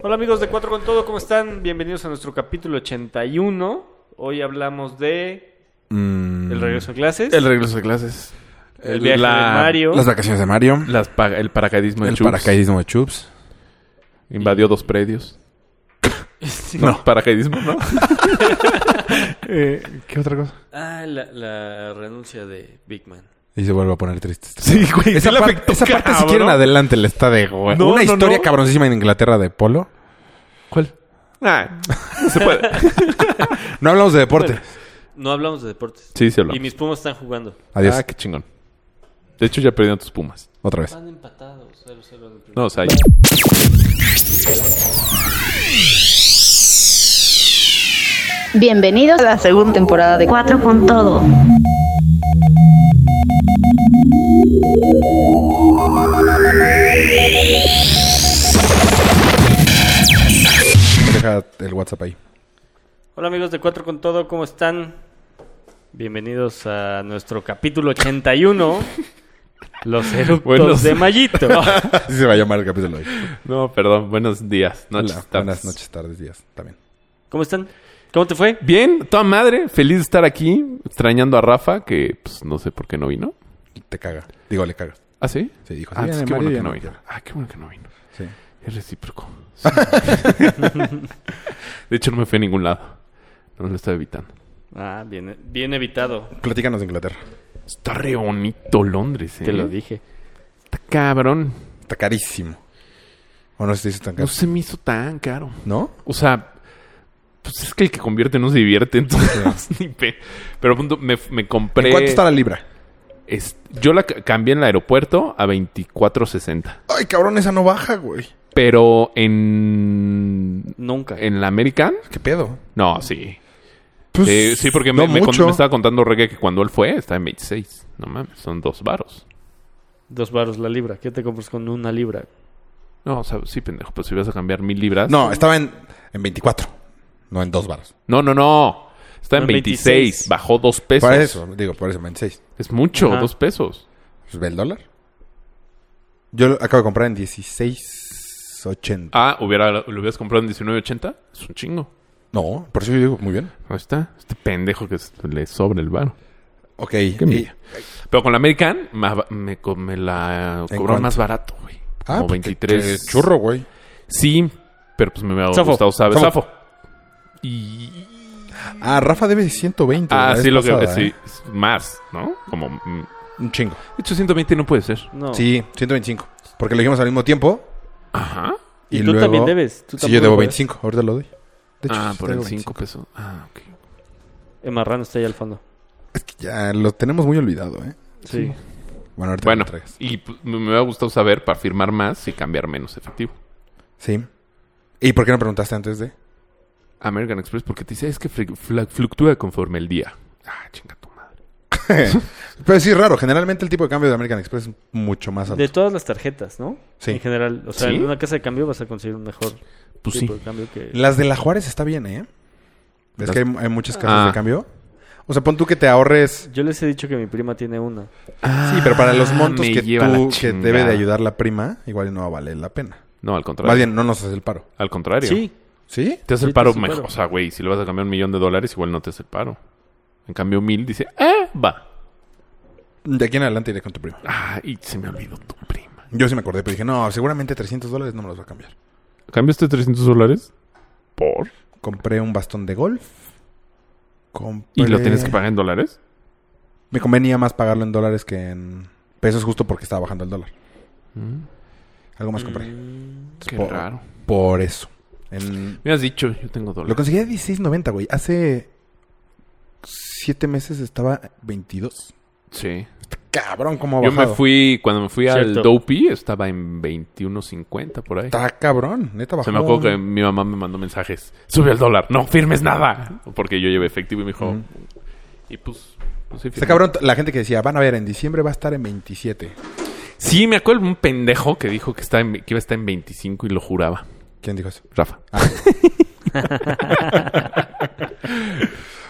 Hola amigos de Cuatro con Todo, ¿cómo están? Bienvenidos a nuestro capítulo 81. Hoy hablamos de Mm, el regreso a clases, Mm. El regreso de clases. El viaje de Mario. Las vacaciones de Mario. las pa- el paracaidismo de el Chubbs. paracaidismo de Chups. Invadió dos predios. No. Eh, Paracaidismo, ¿no? ¿Qué otra cosa? ah, la, la renuncia de Big Man. Y se vuelve a poner triste. este Sí, güey. Esa, sí le par- afectó, esa parte, si cabrón. quieren, adelante le está de güey. No, Una no, historia no. cabroncísima en Inglaterra de polo. ¿Cuál? Ah, no se puede. No hablamos de deporte. No hablamos de deportes. Sí, se habló. Y mis pumas están jugando. Adiós. Ah, qué chingón. De hecho, ya perdieron tus pumas. Otra vez. Están empatados, 0-0 en el primer. No, o sea, ya. Bienvenidos a la segunda temporada de Cuatro con Todo. Deja el WhatsApp ahí. Hola amigos de Cuatro con Todo, ¿cómo están? Bienvenidos a nuestro capítulo 81. Los eructos Buenos- de Mallito. Así se va a llamar el capítulo de hoy. No, perdón. Buenos días. Noches, Hola, tardes. Buenas noches, tardes, días. También. ¿Cómo están? ¿Cómo te fue? Bien, toda madre. Feliz de estar aquí. Extrañando a Rafa, que pues no sé por qué no vino. Te caga. Digo, le cagas. ¿Ah, sí? Sí, dijo. Ah, sí, entonces viene qué bueno Mario, que ya no quiero. vino. Ah, qué bueno que no vino. Sí. Es recíproco. de hecho, no me fui a ningún lado. No lo estaba evitando. Ah, bien, bien evitado. Platícanos de Inglaterra. Está re bonito Londres, ¿eh? Te lo dije. Está cabrón. Está carísimo. O no se dice tan No caro. se me hizo tan caro. ¿No? O sea, pues es que el que convierte no se divierte. Entonces, ni pe- Pero punto, me, me compré... ¿En cuánto está la libra? es- yo la ca- cambié en el aeropuerto a 24.60. Ay, cabrón, esa no baja, güey. Pero en... Nunca. En la American... ¿Qué pedo? No, sí. Pues, Eh, sí, sí, porque me, no me con- mucho. me estaba contando Reggae que cuando él fue estaba en 26. No mames, son dos varos. Dos varos la libra. ¿Qué te compras con una libra? No, o sea, sí, pendejo, pues si vas a cambiar mil libras. No, estaba en, en 24. No en dos baros. No, no, no. Está en No, en 26. 26. Bajó dos pesos. Por eso, digo, por eso, 26. Es mucho, Ajá. dos pesos. Pues ve el dólar. Yo lo acabo de comprar en 16.80. Ah, hubiera, lo hubieras comprado en 19.80. Es un chingo. No, por eso yo digo, muy bien. Ahí está. Este pendejo que s- le sobra el varo. Ok. Qué envidia. Pero con la American ma- me, co- me la ¿En cobraron cuánto? más barato, güey. Como pues, qué- 23. qué churro, güey. Sí, pero pues me había Zafo. gustado, ¿sabes? Zafo. Zafo. Y, Ah, Rafa debe 120. Ah, la sí, vez lo que pasada, sí, ¿eh? es más, ¿no? Como mm, Un chingo. de hecho 120 no puede ser. No. Sí, 125. Porque lo dijimos al mismo tiempo. Ajá. Y, tú también debes. Tú Sí, tampoco yo debo puedes. 25. Ahorita lo doy. De ah, sí, por debo el 5 25. pesos. Ah, ok. El marrano está ahí al fondo. Es que ya lo tenemos muy olvidado, ¿eh? Sí. Bueno, ahorita Bueno, lo traigas. y p- me me hubiera gustado saber para firmar más y cambiar menos efectivo. Sí. ¿Y por qué no preguntaste antes de? American Express porque te dice es que fl- fl- fluctúa conforme el día. Ah, chinga tu madre. Pero sí, raro. Generalmente el tipo de cambio de American Express es mucho más alto. De todas las tarjetas, ¿no? Sí. En general. O sea, ¿Sí? en una casa de cambio vas a conseguir un mejor Pues tipo sí. de cambio que... Las de la Juárez está bien, ¿eh? Es Las- que hay, hay muchas casas Ah. de cambio. O sea, pon tú que te ahorres. Yo les he dicho que mi prima tiene una. Sí, pero para los Ah, montos me que lleva la tú que chingada. debe de ayudar la prima, igual no vale la pena. No, al contrario. Más bien, no nos hace el paro. Al contrario. Sí. ¿Sí? Te hace Sí, el te paro hace el mejor. paro. O sea, güey, si le vas a cambiar un millón de dólares, igual no te hace el paro. En cambio, mil dice, ah, va. De aquí en adelante iré con tu prima. Ah, y se me olvidó tu prima. Yo sí me acordé, pero dije, no, seguramente 300 dólares no me los va a cambiar. ¿Cambiaste 300 dólares? ¿Por? Compré un bastón de golf. Compré... ¿Y lo tienes que pagar en dólares? Me convenía más pagarlo en dólares que en pesos, justo porque estaba bajando el dólar. Mm, Algo Mm. más compré. Qué Por- raro. Por eso. En- Me has dicho, yo tengo dólares. Lo conseguí a 16.90, güey. Hace siete meses estaba 22. Sí. Cabrón, cómo ha Yo bajado. me fui, cuando me fui al Cierto. Dopey, estaba en 21.50 por ahí. Está cabrón, neta bajó. Se me acuerdo que mi mamá me mandó mensajes. Sube el dólar, no firmes nada. Porque yo llevé efectivo y me dijo... Ujú. Y pues... no sé, Está firmé. cabrón la gente que decía, van a ver, en diciembre va a estar en 27. Sí, me acuerdo de un pendejo que dijo que, estaba en- que iba a estar en 25 y lo juraba. ¿Quién dijo eso? Rafa.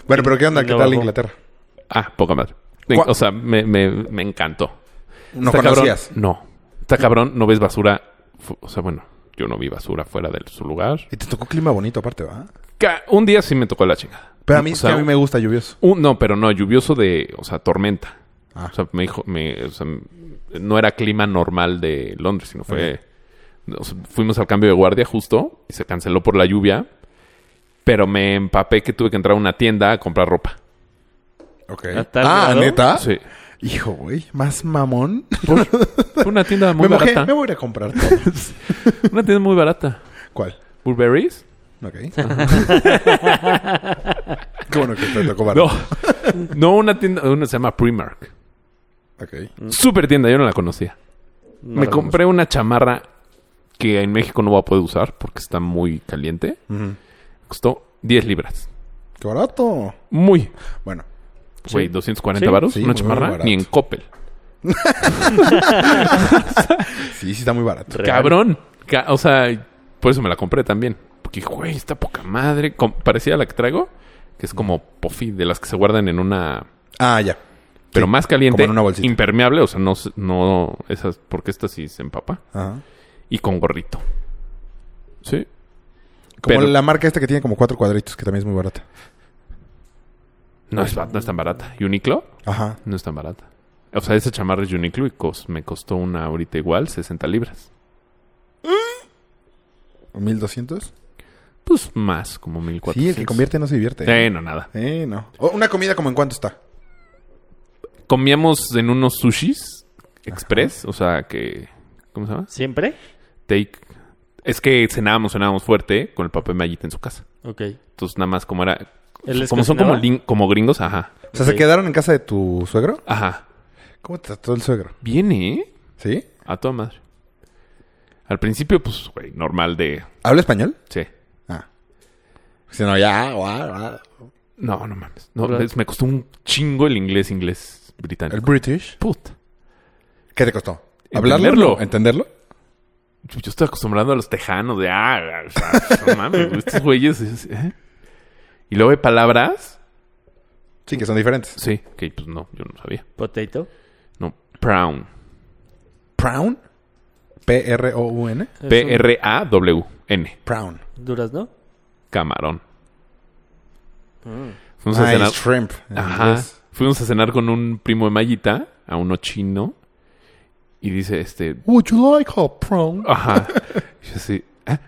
Bueno, pero ¿qué onda? Y ¿Qué no tal bajó. Inglaterra? Ah, poca madre. ¿Cuá- O sea, me, me- me encantó. ¿No Está cabrón- conocías? No. Está cabrón, no ves basura. Fu- O sea, bueno. Yo no vi basura fuera de su lugar. Y te tocó clima bonito aparte, ¿va? Ca- Un día sí pues, ah. me tocó la chingada. Pero a mí, O sea, que a mí me gusta lluvioso. un- no, pero no, lluvioso de, o sea, tormenta. Ah. O sea, me dijo, me- o sea, no era clima normal de Londres, sino fue... o sea, fuimos al cambio de guardia justo y se canceló por la lluvia, pero me empapé que tuve que entrar a una tienda a comprar ropa. Ok. ¿A tal Ah, grado? ¿neta? Sí. Hijo, güey. Más mamón. Fue una tienda muy me mojé. barata. Me voy a ir a comprar todo. Una tienda muy barata. ¿Cuál? Burberry's. Ok. Qué bueno que te tocó barato. No, no una tienda, una se llama Primark. Ok. Super tienda, yo no la conocía. No me la compré una chamarra que en México no voy a poder usar porque está muy caliente. Ujú. Costó 10 libras. Qué barato. Muy. Bueno. Güey, 240 Sí. varos. Sí, una muy chamarra barato. ni en Coppel. Sí, sí está muy barato. Real. Cabrón. Ca- o sea, por eso me la compré también. Porque, güey, está poca madre. Com- parecía la que traigo, que es como puffy, de las que se guardan en una. Ah, ya. Pero Sí, más caliente, como en una bolsita. impermeable, o sea, no, se- no esas, porque esta sí se empapa. Ajá. Y con gorrito. Sí. Como Pero- la marca esta que tiene como cuatro cuadritos, que también es muy barata. No es, ba- no es tan barata. ¿Uniqlo? Ajá. No es tan barata. O sea, esa chamarra es Uniqlo y cos- me costó una ahorita igual, 60 libras. 1200. Pues más, como 1400. Sí, el que convierte no se divierte. Eh, no, nada. Eh, no. O una comida como en cuánto está. Comíamos en unos sushis express, o sea, que... ¿Cómo se llama? ¿Siempre? Take... Es que cenábamos, cenábamos fuerte con el papá Mayita en su casa. Ok. Entonces, nada más como era... ¿Él les Como son como, cocinaba? lin- como gringos, ajá. O sea, Ok. ¿se quedaron en casa de tu suegro? Ajá. ¿Cómo te trató el suegro? Viene, ¿eh? ¿Sí? A toda madre. Al principio, pues, güey, normal de... ¿Habla español? Sí. Ah. Si no, ya. guau, guau. No, no mames. No, es- me costó un chingo el inglés, inglés británico. El British. Puta. ¿Qué te costó? Entenderlo. ¿Hablarlo? ¿Entenderlo? Yo yo estoy acostumbrando a los tejanos de ah, o sea, no mames, güey, estos güeyes. es- ¿eh? Y luego hay palabras. Sí, que son diferentes. Sí, que pues no, yo no sabía. ¿Potato? No, prawn. Prown. P-R-O-U-N. Es un P-R-A-W-N. Prown. ¿Durazno? Camarón. Fuimos a Ah, cenar. es shrimp. en Ajá. inglés. Fuimos a cenar con un primo de Mayita, a uno chino. Y dice, este, Would you like a prawn? Ajá. Y yo así. ¿ah?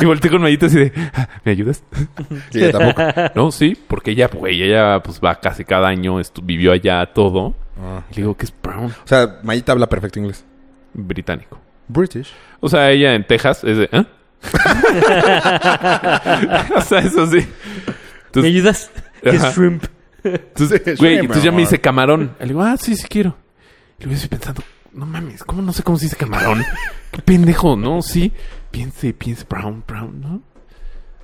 Y volteé con Mayita así de, "Ah, ¿me ayudas? Sí, yo tampoco. no, sí, porque ella, güey, ella pues va casi cada año, estu- vivió allá todo. Ah. Y le digo que es brown O sea, Mayita habla perfecto inglés. británico. British. O sea, ella en Texas es de, ¿ah? o sea, eso sí. ¿Me ayudas? ¿Qué es Ajá. shrimp? Entonces, Sí, güey, sí, entonces mi ya me amor. dice camarón. Le digo, ah, sí, sí quiero. Y luego yo estoy pensando, no mames, ¿cómo no sé cómo se dice camarón? Qué pendejo, ¿no? Sí, piense, piense, brown, brown, ¿no?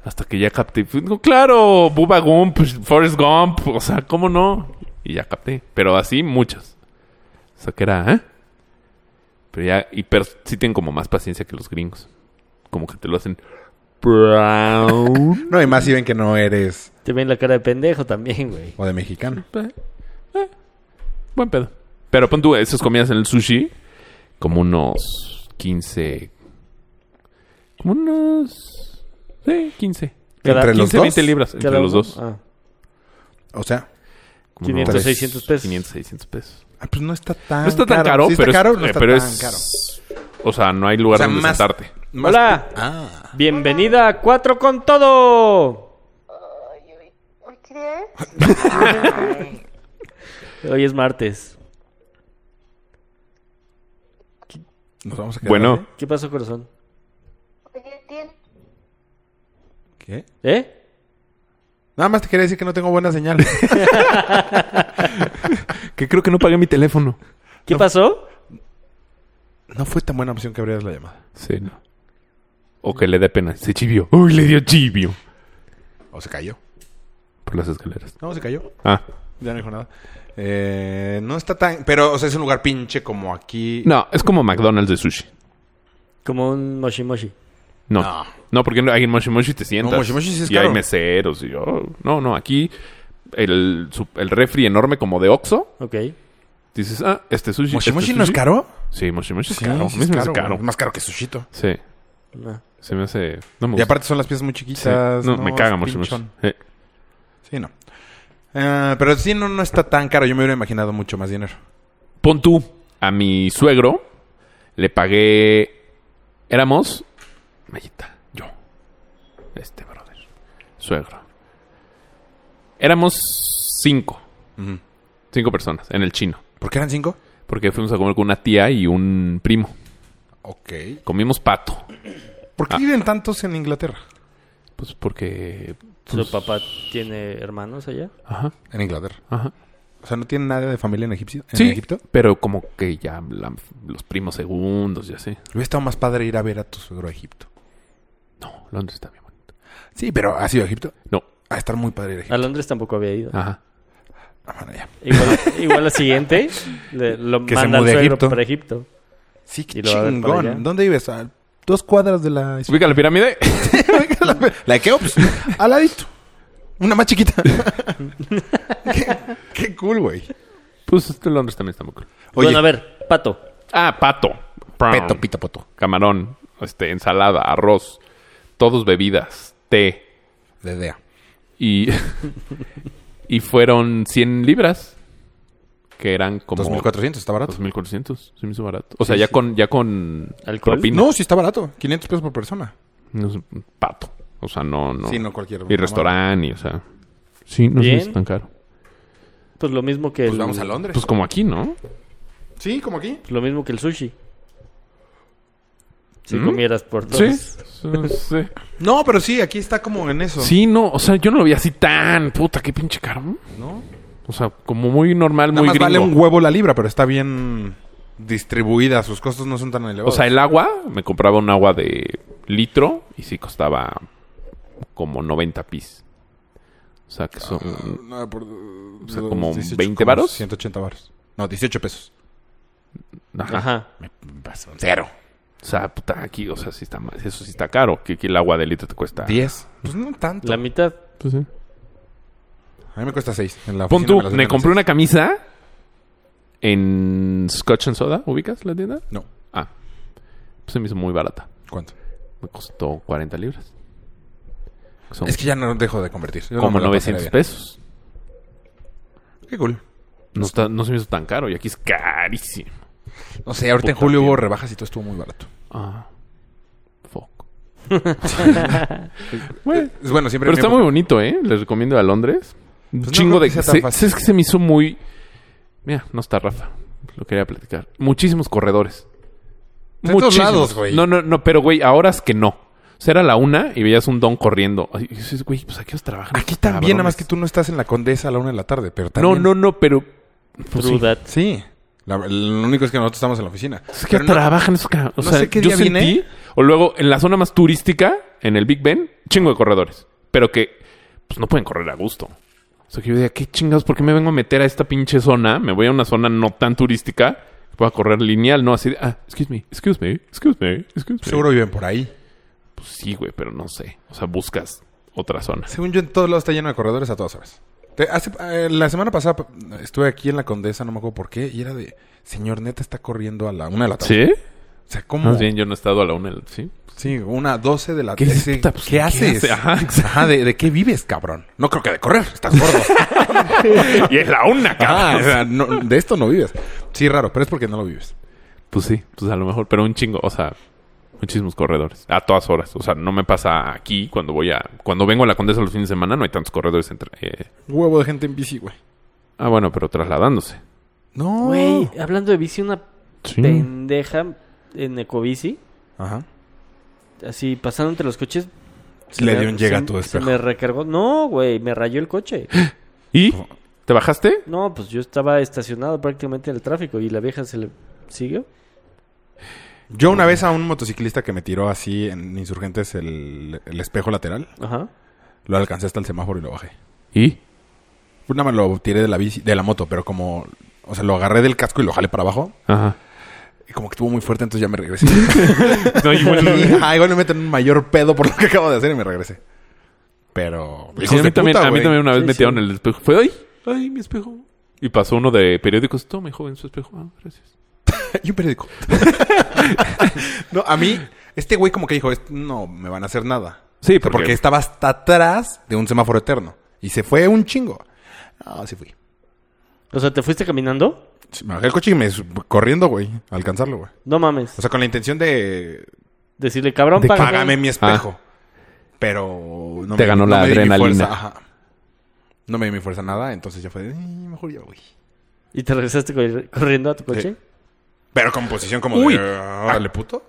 Hasta que ya capté. Fue, No, claro, Bubba Gump, Forrest Gump, o sea, ¿cómo no? Y ya capté. Pero así, muchos. O sea, que era, ¿eh? Pero ya, y pero sí tienen como más paciencia que los gringos. Como que te lo hacen. Brown. No, y más si ven que no eres Te ven la cara de pendejo también, güey. o de mexicano. Eh, eh, Buen pedo. Pero pon tú esas comidas en el sushi, como unos 15. Como unos. Sí, 15. Cada- Entre los 15, dos. 20 libras Cada entre los uno- dos. Ah. O sea, Como 500, unos 600 pesos. 500, 600 pesos. ah, pues no está tan No está tan caro, Sí está pero caro, es. no eh, está pero tan es- caro. O sea, no hay lugar O sea, donde más- sentarte. Más- Hola, Ah. bienvenida a Cuatro con Todo. Hoy es martes. Nos vamos a quedar Bueno, así. ¿Qué pasó, corazón? ¿Qué? ¿Eh? Nada más te quería decir que no tengo buena señal. que creo que no pagué mi teléfono. ¿Qué pasó? no fue tan buena opción que abrieras la llamada. Sí, no. O que le dé pena. Se chivió. Uy, le dio chivio. O se cayó. Por las escaleras. No, se cayó. Ah. Ya no dijo nada. Eh, no está tan... Pero, o sea, es un lugar pinche como aquí. No, es como McDonald's de sushi. Como un moshi moshi. No. No. No, porque no- ahí en Moshi Moshi te sientas. No, Moshi Moshi sí es Y caro. hay meseros y yo... No, no, aquí el, su- el refri enorme como de Oxxo. Ok. Dices, ah, este sushi. ¿Moshi este Moshi no es sushi. Pues caro? Sí, Moshi Moshi es Sí, caro. A sí mí se me hace güey. caro. Más caro que Sushito. Sí. No. Se me hace. No Y me gusta. aparte son las piezas muy Sí. chiquitas. No, me es caga mucho. pinchón. Eh, Sí, no. Eh, pero sí, no, no está tan caro. Yo me hubiera imaginado mucho más dinero. Pon tú, a mi suegro le pagué. Éramos. Mayita, yo. Este brother. Suegro. Éramos cinco. Ujú. Cinco personas en el chino. ¿Por qué eran cinco? Porque fuimos a comer con una tía y un primo. Ok. Ah. Comimos pato. ¿Por qué viven tantos en Inglaterra? Pues porque. pues, Pues- ¿Su papá tiene hermanos allá? Ajá, En Inglaterra. ajá. O sea, ¿no tienen nada de familia en, Egipcio, en Sí, Egipto? pero como que ya la- los primos segundos y así. Hubiera estado más padre ir a ver a tu suegro a Egipto. No, Londres está bien bonito. Sí, pero ¿has ido a Egipto? No, A estar muy padre ir a Egipto. A Londres tampoco había ido. ajá. Ah, bueno, ya. Igual, igual la siguiente le- lo Que se manda al mude a suegro Egipto. para Egipto. Sí, qué Y lo va a ver para allá. chingón. ¿Dónde vives? A dos cuadras de la... Ubica la pirámide. ¿La de Keops? Al ladito. Una más chiquita. qué, qué cool, güey. pues este Londres también está muy cool. Oye, Bueno, a ver, Pato. Ah, pato. Prawn. peto, pita, poto. Camarón. Este, ensalada, arroz. Todos bebidas. Té. De DEA. Y. y fueron 100 libras. Que eran como. 2400, está barato. 2400. Se me hizo barato. O sea, ya con. Ya con ¿Alcohol? propina. No, sí está barato. 500 pesos por persona. No es un pato. O sea, no, no. Sí, no cualquier. Y restaurante, y, o sea. Sí, no sé Bien. si es tan caro. Pues lo mismo que Pues el, vamos a Londres. Pues como aquí, ¿no? sí, como aquí. lo mismo que el sushi. Si ¿Mm? comieras por dos. Sí. Sí. No, pero sí, aquí está como en eso. Sí, no, o sea, yo no lo vi así tan puta, qué pinche caro. ¿no? ¿No? O sea, como muy normal, Nada muy más gringo. vale un huevo la libra, pero está bien distribuida. Sus costos no son tan o elevados. sea, el agua, me compraba un agua de litro y sí costaba como 90 pis. O sea, que son... No, por- sea, dos, como 18, 20 varos. 180 varos. No, 18 pesos. Ah. ajá. Ajá. Me pasa un cero. O sea, puta, aquí, o sea, sí está más, eso sí está caro. Que aquí el agua de litro te cuesta... 10. Pues no tanto. La mitad. Pues sí. A mí me cuesta 6. En la Pon oficina tú, las me venden compré a una camisa en Scotch and Soda, ¿ubicas la tienda? seis. No. Ah, pues se me hizo muy barata. ¿Cuánto? Me costó 40 libras. Son Es que ya no dejo de convertir. Yo no como me la pasaría 900 bien. pesos. Qué cool. No, está, no se me hizo tan caro y aquí es carísimo. No sé, ahorita en Puta julio hubo mierda. rebajas y todo estuvo muy barato. Ah, fuck. Es bueno, siempre. en Pero mi está muy época- bonito, ¿eh? Les recomiendo a Londres. Un Pues no chingo creo que sea de... tan se- fácil. ¿Sabes que se me hizo muy... Mira, no está Rafa. Lo quería platicar. Muchísimos corredores. De todos lados, güey. No, no, no. Pero, güey, a horas que no. O sea, era la una y veías un don corriendo. Ay, y dices, güey, pues aquí os trabajan. Aquí estos también, nada más que cabrones? tú no estás en la condesa a la una de la tarde, pero No, también. no, no, pero... Pues, sí. True that. Sí. La- lo único es que nosotros estamos en la oficina. Es que Pero no- trabajan esos cabrones. O no sea, sé qué yo día sentí... vine. O luego, en la zona más turística, en el Big Ben, chingo de corredores. Pero que, pues, no pueden correr a gusto. O sea, que yo diría, ¿qué chingados? ¿Por qué me vengo a meter a esta pinche zona? Me voy a una zona no tan turística. Puedo correr lineal, ¿no? Así de, ah, excuse me, excuse me, excuse me, excuse me. Seguro viven por ahí. Pues sí, güey, pero no sé. O sea, buscas otra zona. Según yo, en todos lados está lleno de corredores a todas horas. Te- hace- eh, la semana pasada p- estuve aquí en la condesa, no me acuerdo por qué, y era de. Señor, neta está corriendo a la una de la tarde. ¿Sí? Ah, O sea, ¿cómo? Más bien, yo no he estado a la una. de la- ¿Sí? Sí, una 12 de la ¿Qué tarde. dices, puta? Pues, ¿Qué ¿qué haces? hace? Ajá, Ajá, exacto. ¿de, de qué vives, cabrón? No creo que de correr, estás gordo. y es la una, Ah, o cabrón. sea, no, de esto no vives. Sí, raro, pero es porque no lo vives. Pues sí, pues a lo mejor, pero un chingo, o sea, muchísimos corredores, a todas horas. O sea, no me pasa aquí cuando voy a, cuando vengo a la Condesa los fines de semana, no hay tantos corredores entre... eh, Huevo de gente en bici, güey. ah, bueno, pero trasladándose. No. Güey, hablando de bici, una Sí. pendeja en Ecobici, Ajá. así pasando entre los coches. se Le me- dio un llega se- a tu espejo. Se me recargó. No, güey, me rayó el coche. ¿Y? Pues, ¿Te bajaste? No, pues yo estaba estacionado prácticamente en el tráfico y la vieja se le siguió. Yo una vez a un motociclista que me tiró así en Insurgentes el, el espejo lateral, Ajá. lo alcancé hasta el semáforo y lo bajé. ¿Y? Una más lo tiré de la bici, de la moto, pero como, o sea, lo agarré del casco y lo jalé para abajo. Ajá. Y como que estuvo muy fuerte, entonces ya me regresé. No, igual- Ajá, igual me meten un mayor pedo por lo que acabo de hacer y me regresé. Pero... Sí, hijos a, de mí también, puta, a mí güey. también una vez Sí, metieron sí. el espejo. Fue, ¡ay! ¡Ay, mi espejo! Y pasó uno de periódicos. Toma, joven, su espejo. Ah, gracias. Y un periódico. no, a mí, Este güey como que dijo, "Est- no me van a hacer nada. O Sí, sea, porque- porque... estaba hasta atrás de un semáforo eterno. Y se fue un chingo. Ah, sí fui. O sea, ¿te fuiste caminando? Sí, Me bajé el coche y me sub- corriendo, güey. a Alcanzarlo, güey. No mames. O sea, con la intención de... Decirle, cabrón, de págame. Págame mi espejo. Pero... No Ah. Te ganó la di mi adrenalina. fuerza, ajá. No me di mi fuerza nada, entonces ya fue de... "Eh, Mejor ya, güey. ¿Y te regresaste corri- corriendo a tu coche? Sí. Pero con posición como Uy. de... "Ah, Órale, puto.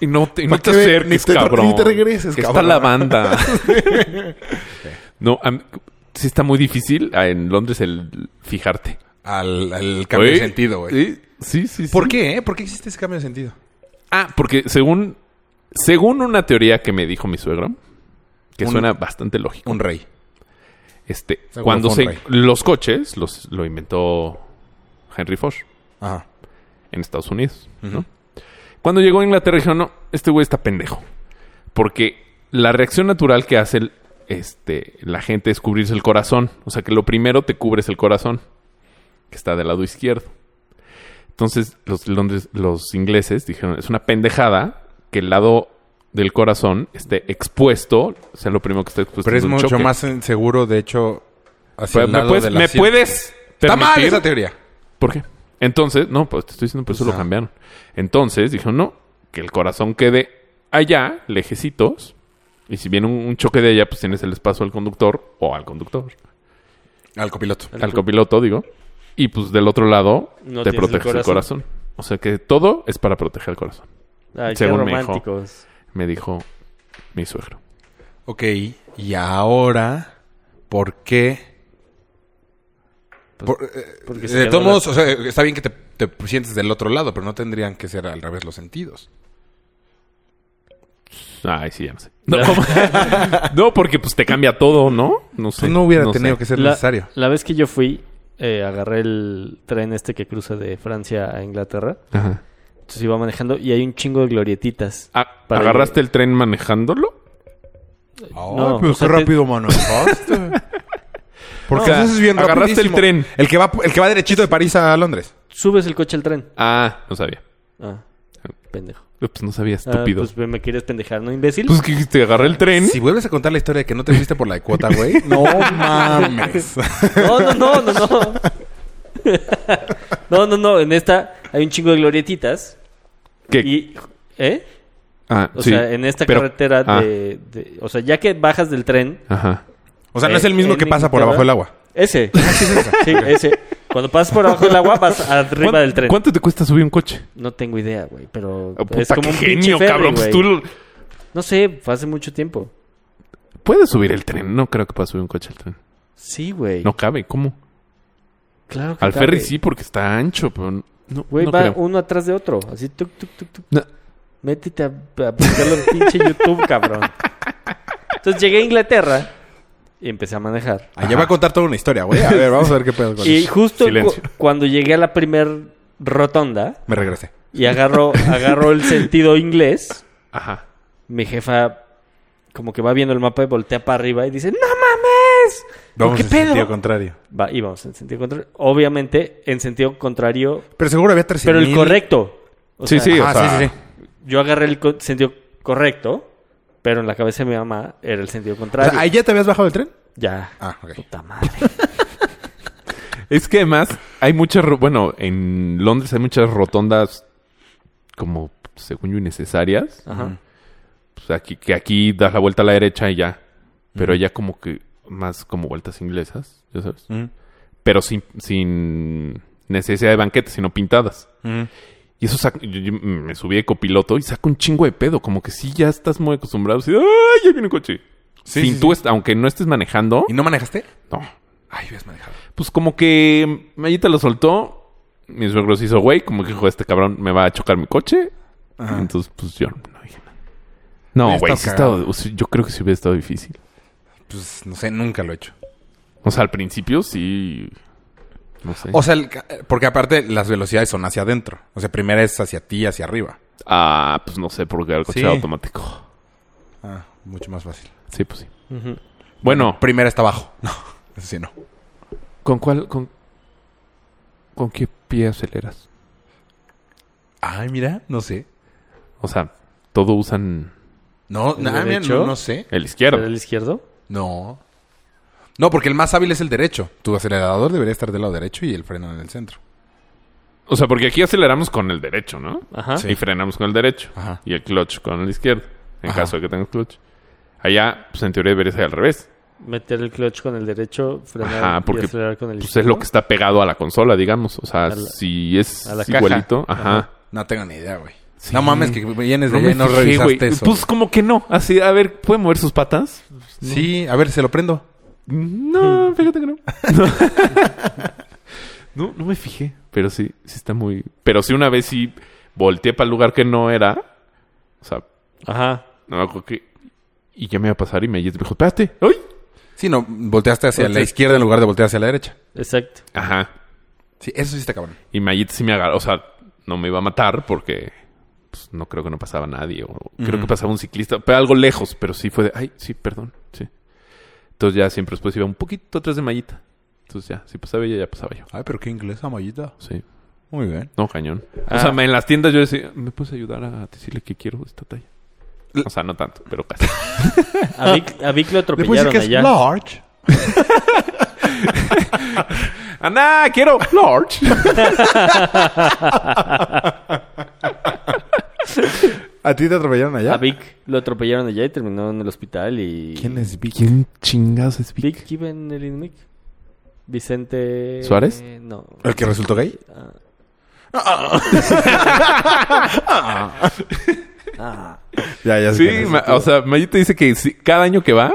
Y no te, y no ¿Para te qué ver? acerques, Ni te- cabrón. ni te regreses, Que cabrón. Está la banda. no, a mí- sí está muy difícil ah, en Londres el fijarte. Al, al cambio de Oye, sentido, güey. Sí, sí, sí. ¿Por sí. qué, eh? ¿Por qué existe ese cambio de sentido? Ah, porque según, según una teoría que me dijo mi suegro, que Un- suena bastante lógico, Un rey. este, Seguro cuando fue se, un rey. los coches los, lo inventó Henry Ford Ajá. en Estados Unidos, ¿no? Cuando llegó a Inglaterra dijeron, no, este güey está pendejo. Porque la reacción natural que hace el- este, la gente es cubrirse el corazón. O sea que lo primero te cubres el corazón, que está del lado izquierdo. Entonces los, Londres, los ingleses dijeron, es una pendejada que el lado del corazón esté expuesto, o sea, lo primero que está expuesto. Pero es Pues un mucho choque. más en- seguro, de hecho, hacia Pero el ¿Me lado puedes, del me asiento. puedes Está mal permitir? esa teoría. ¿Por qué? Entonces, no, pues te estoy diciendo, pero eso lo Ajá. cambiaron. Entonces, dijeron, no, que el corazón quede allá, lejecitos. Y si viene un, un choque de allá, pues tienes el espacio al conductor o al conductor, Al copiloto. al copiloto, digo. Y pues del otro lado No te tienes el proteges el corazón. corazón. O sea que todo es para proteger el corazón. Ay, qué Según me dijo. románticos. Me dijo mi suegro. Ok, y ahora, ¿por qué? Pues, Por- eh, porque se de quedó todos la- modos, o sea, está bien que te, te sientes del otro lado, pero no tendrían que ser al revés los sentidos. Ay, sí, ya no sé. No, ¿cómo? No, porque pues te cambia todo, ¿no? No sé. Pues no hubiera sé. tenido que ser La- necesario. La vez que yo fui, eh, agarré el tren este que cruza de Francia a Inglaterra. Ajá. Entonces iba manejando y hay un chingo de glorietitas. Ah, Para- ¿Agarraste el tren manejándolo? no, pero o sea, qué te- rápido manejaste. Porque No, haces bien agarraste rapidísimo. el tren. El que va, el que va derechito de París a Londres. Subes el coche al tren. Ah, no sabía. Ah, pendejo. Eh, Pues no sabía, Ah, estúpido. pues me quieres pendejar, ¿no, imbécil? pues, que te agarré el tren. Si vuelves a contar la historia de que no te fuiste por la de cuota, güey. No mames. No, no, no, no, no. No, no, no. En esta hay un chingo de glorietitas. que- Y, ¿eh? ah, O sí, sea, en esta pero- carretera ah, de, de- O sea, ya que bajas del tren, Ajá. O sea, no Eh, es el mismo en que pasa por Inglaterra. abajo del agua. ese. Ah, sí, ese. Cuando pasas por abajo del agua, vas arriba ¿Cuán- del tren. ¿Cuánto te cuesta subir un coche? No tengo idea, güey, pero Ah, es como qué un genio, cabrón. Pues tú lo- No sé, fue hace mucho tiempo. Puedes subir el tren. No creo que puedas subir un coche al tren. Sí, güey. No cabe. ¿Cómo? claro que Al cabe. ferry sí, porque está ancho, pero no, no, Güey, no va creo. uno atrás de otro. Así, tuk, tuk, tuk, tuk. No. Métete a, a buscarlo en pinche YouTube, cabrón. Entonces llegué a Inglaterra y empecé a manejar. Allá va a contar toda una historia, güey. A ver, vamos a ver qué pedo con Y eso. justo cu- Silencio. cuando llegué a la primer rotonda Me regresé. y agarro, agarro el sentido inglés, Ajá. mi jefa como que va viendo el mapa y voltea para arriba y dice, ¡No mames! Vamos ¿Qué en pedo? sentido contrario. Va, íbamos en sentido contrario. Obviamente, en sentido contrario, Pero seguro había 300 pero el correcto. O sí, sea, sí, o ah, sea, sí, sí, sí. Yo agarré el co- sentido correcto, pero en la cabeza de mi mamá era el sentido O contrario. sea, ¿ahí ya te habías bajado del tren? Ya. Ah, ok. Puta madre. Es que además hay muchas... ro- Bueno, en Londres hay muchas rotondas como, según yo, innecesarias. Ajá. pues aquí, que aquí das la vuelta a la derecha y ya. Pero ya como que más como vueltas inglesas, ya sabes. Mm, Pero sin, sin necesidad de banquetes, sino pintadas. mm. Y eso saca- yo- yo me subí de copiloto y saco un chingo de pedo. Como que sí, ya estás muy acostumbrado. Así, ¡ay, ya viene un coche! Sí, sin sí, tú, est- aunque no estés manejando, ¿Y no manejaste? no. Ay, habías manejado. Pues como que Mayita lo soltó. Mi suegro se hizo güey. Como que dijo, este cabrón me va a chocar mi coche. Ajá. Entonces, pues yo no dije nada. No, Hubiera güey, estado sí estado, yo creo que sí hubiera estado difícil. Pues no sé, nunca lo he hecho. O sea, al principio sí. No sé. O sea, el ca- eh, porque aparte las velocidades son hacia adentro. O sea, primero es hacia ti, hacia arriba. ah, pues no sé, porque el coche Sí. era automático. Ah, mucho más fácil. Sí, pues sí. Ujú. Bueno, Primera está abajo. No, eso sí no. ¿con cuál. Con, ¿Con qué pie aceleras? Ay, mira, no sé. O sea, todo usan No, ¿El na- ah, mira, derecho? no, no sé. el izquierdo. ¿El izquierdo? No. No, porque el más hábil es el derecho. Tu acelerador debería estar del lado derecho y el freno en el centro. O sea, porque aquí aceleramos con el derecho, ¿no? Ajá. Sí. Y frenamos con el derecho. Ajá. Y el clutch con el izquierdo. En Ajá. caso de que tengas clutch. Allá, pues en teoría debería ser al revés. Meter el clutch con el derecho, frenar Ajá, y porque, acelerar con el Pues es izquierdo. lo que está pegado a la consola, digamos. O sea, la- si es a la caja. igualito. Ajá. No tengo ni idea, güey. Sí. No mames, que vienes de No allá me y no fijé, revisaste güey. eso. Pues como que no. Así, a ver, ¿puede mover sus patas? sí, a ver, se lo prendo. No, fíjate que no. no, no me fijé. Pero sí, sí está muy... Pero sí una vez sí volteé para el lugar que no era. O sea, Ajá. no me acuerdo que... Y ya me iba a pasar y me y me dijo, espérate. ¡Uy! Sí, no, volteaste hacia la Volteaste. izquierda en lugar de voltear hacia la derecha. Exacto. Ajá. Sí, eso sí está cabrón. Y Mayit sí me agarró. O sea, no me iba a matar porque pues, no creo que no pasaba nadie. O creo que pasaba un ciclista, pero algo lejos. Pero sí fue de, ay, sí, perdón. Sí. Entonces ya siempre después iba un poquito atrás de Mayita. Entonces ya, si pasaba ella, ya pasaba yo. Ay, pero qué inglesa, mallita. Sí. Muy bien. No, cañón. Ah. O sea, me- en las tiendas yo decía, ¿me puedes ayudar a decirle que quiero esta talla? O sea, no tanto, pero casi. A Vic, a Vic lo ¿Le puedo decir atropellaron que es allá. large? ¡Ana, quiero large! ¿A ti te atropellaron allá? A Vic lo atropellaron allá y terminó en el hospital y... ¿Quién es Vic? ¿Quién chingados es Vic? Vic iba en el Inmic. Vicente... ¿Suárez? eh, no. ¿El que resultó gay? Ah. Ya, ya sé Sí, quién es. ma- o sea, Mayita dice que sí, cada año que va,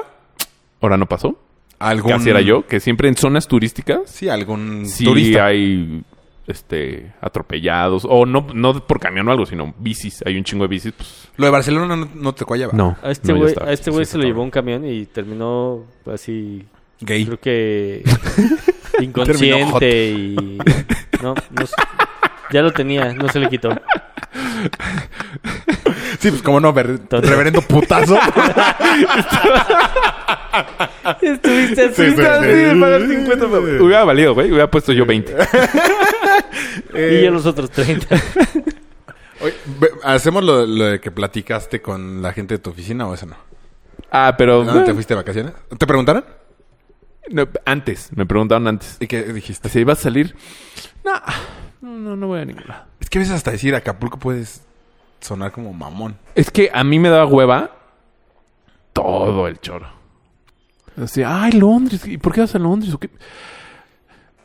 ahora no pasó. algún... Casi era yo, que siempre en zonas turísticas Sí, algún sí turista. hay este atropellados o no no por camión o algo, sino bicis, hay un chingo de bicis, pues Lo de Barcelona no, no te coallaba. A este no, ya güey estaba. a este Sí, güey sí, se lo estaba. llevó un camión y terminó así... Gay. Creo que... inconsciente y... No, no sé. Ya lo tenía, no se le quitó. Sí, pues como no, ver- Entonces- reverendo putazo. Estuviste así. Sí, sí, Estaba así de pagar 50 pesos. Hubiera valido, güey, hubiera puesto yo 20. Y yo los otros 30. Oye, ve- ¿Hacemos lo, lo de que platicaste con la gente de tu oficina o eso no? Ah, pero ¿No te fuiste de vacaciones? ¿Te preguntaron? No, antes, me preguntaron antes. ¿Y qué dijiste? Si ibas a salir. No, no, no, no voy a ningún lado. Es que a veces hasta decir Acapulco puedes sonar como mamón. Es que a mí me daba hueva todo el choro. Así, ay, Londres, ¿y por qué vas a Londres? ¿O, qué?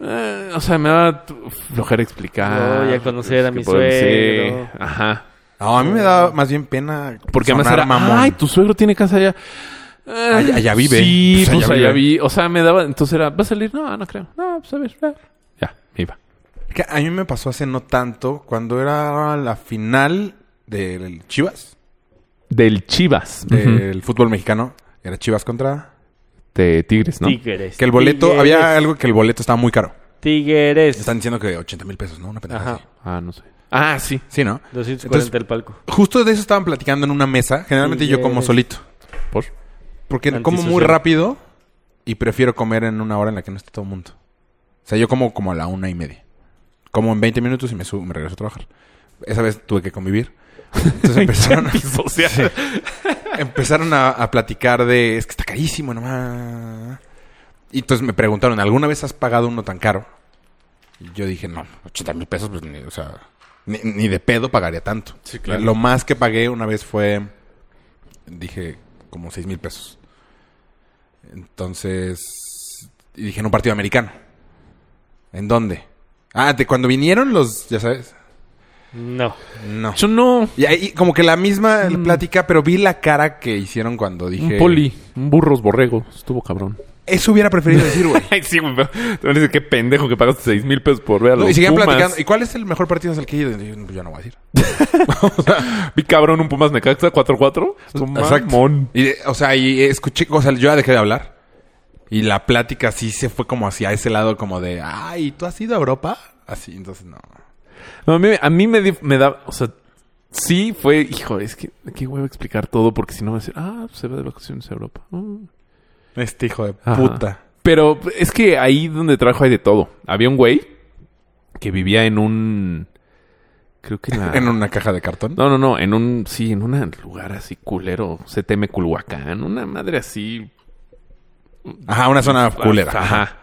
Eh, o sea, me daba t- flojera explicar. Voy a conocer a que mi por- sí, suegro. ajá. No, a mí me da más bien pena Oh. Porque además sonar era, ay, tu suegro tiene casa allá. Eh, Allá- allá vive. Sí, Pues pues, allá allá, vive. vi. O sea, me daba, entonces era, ¿va a salir? No, no creo. No, pues a ver. eh. Ya, me iba. Que a mí me pasó hace no tanto, cuando era la final del Chivas, Del Chivas. Ujú. del fútbol mexicano. Era Chivas contra... De Tigres, ¿no? Tigres. Que el boleto... tigres, Había algo que el boleto estaba muy caro. Tigres. Están diciendo que 80 mil pesos, ¿no? Una pendejada Ajá. así. Ah, no sé. Ah, sí. Sí, ¿no? 240 Entonces- el palco. Justo de eso estaban platicando en una mesa. Generalmente yo como Tigres. solito. Por. Porque como muy Antisocial. rápido y prefiero comer en una hora en la que no esté todo el mundo. O sea, yo como como a la una y media. Como en 20 minutos y me subo, me regreso a trabajar. Esa vez tuve que convivir. Entonces empezaron, Antisocial. empezaron a, a platicar de, es que está carísimo nomás. Y entonces me preguntaron, ¿alguna vez has pagado uno tan caro? Y yo dije, no, 80 mil pesos, pues ni, o sea, ni, ni de pedo pagaría tanto. Sí, claro. Lo más que pagué una vez fue, dije, como 6 mil pesos. Entonces, y dije, en un partido americano. ¿En dónde? Ah, de cuando vinieron los, ya sabes. No. No. Yo no. Y ahí como que la misma plática, pero vi la cara que hicieron cuando dije... Mm. Un poli, un burros borrego. Estuvo cabrón. Eso hubiera preferido decir, güey. Ay, sí, güey. pero Te van a decir, qué pendejo que pagaste 6 mil pesos por ver a los No, y seguían Pumas. platicando. ¿Y cuál es el mejor partido al que he ido? Y yo, "No, pues, yo no voy a decir. Vi cabrón un Pumas Necaxa 4-4. Exacto. Exacto. Y, de- o sea, y escuché, o sea, yo ya dejé de hablar. Y la plática sí se fue como hacia ese lado, como de, ay, ¿tú has ido a Europa? Así, entonces no. No, a mí, a mí me, di- me da... O sea, sí fue... Hijo, es que... Qué huevo explicar todo porque si no va a decir... Ah, se va de vacaciones a Europa. Ah. Este hijo de Ajá. puta. Pero es que ahí donde trabajo hay de todo. Había un güey que vivía en un Creo que en la... En una caja de cartón. Ah. No, no, no. En un... Sí, en un lugar así culero. CTM Culhuacán. Una madre así... Ajá, una Ah. zona culera. Ajá.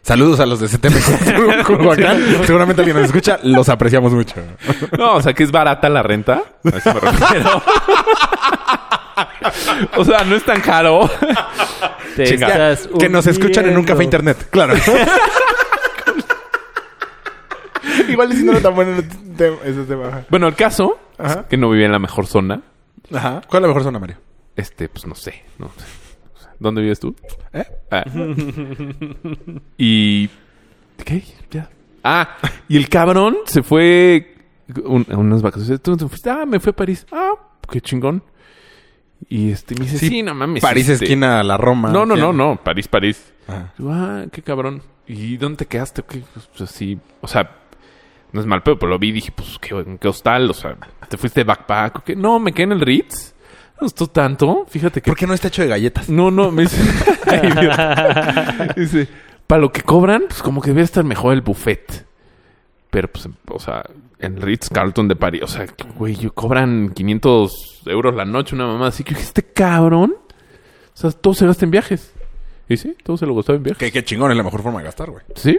Saludos a los de CTM Culhuacán. Seguramente alguien nos escucha. Los apreciamos mucho. No, o sea, que es barata la renta. A eso me refiero. o sea, no es tan caro. Te Chinga. estás Que nos escuchan en un café hundiendo. internet. Claro. Igual si no era tan bueno ese tema. Bueno, el caso Ajá. es que no vivía en la mejor zona. Ajá. ¿Cuál es la mejor zona, Mario? Este, pues no sé. no sé. ¿Dónde vives tú? ¿Eh? Ah. y. ¿Qué? Ya. Ah, y el cabrón se fue un- a unas vacaciones. Tú te fuiste. Ah, me fui a París. Ah, qué chingón. Y este me dice, sí, Sí, no mames. París este, esquina a la Roma. No, no, no, ¿Quién? no. París, París. Ajá. Yo, ah, qué cabrón. ¿Y dónde te quedaste? ¿Qué? Pues así. O sea, no es mal pedo, pero lo vi y dije, pues, ¿qué, en ¿qué hostal? O sea, ¿te fuiste de backpack? o qué? No, me quedé en el Ritz. No gustó tanto. Fíjate que ¿Por qué no está hecho de galletas? no, no, me dice. Ay, idiota. dice, para lo que cobran, pues como que debe estar mejor el buffet. Pero, pues, o sea, en Ritz Carlton de París, o sea, que, güey, yo- cobran 500 euros la noche una mamá. Así que dije, este cabrón, o sea, todo se gasta en viajes. Y sí, todo se lo gastaba en viajes. Que qué chingón, es la mejor forma de gastar, güey. Sí.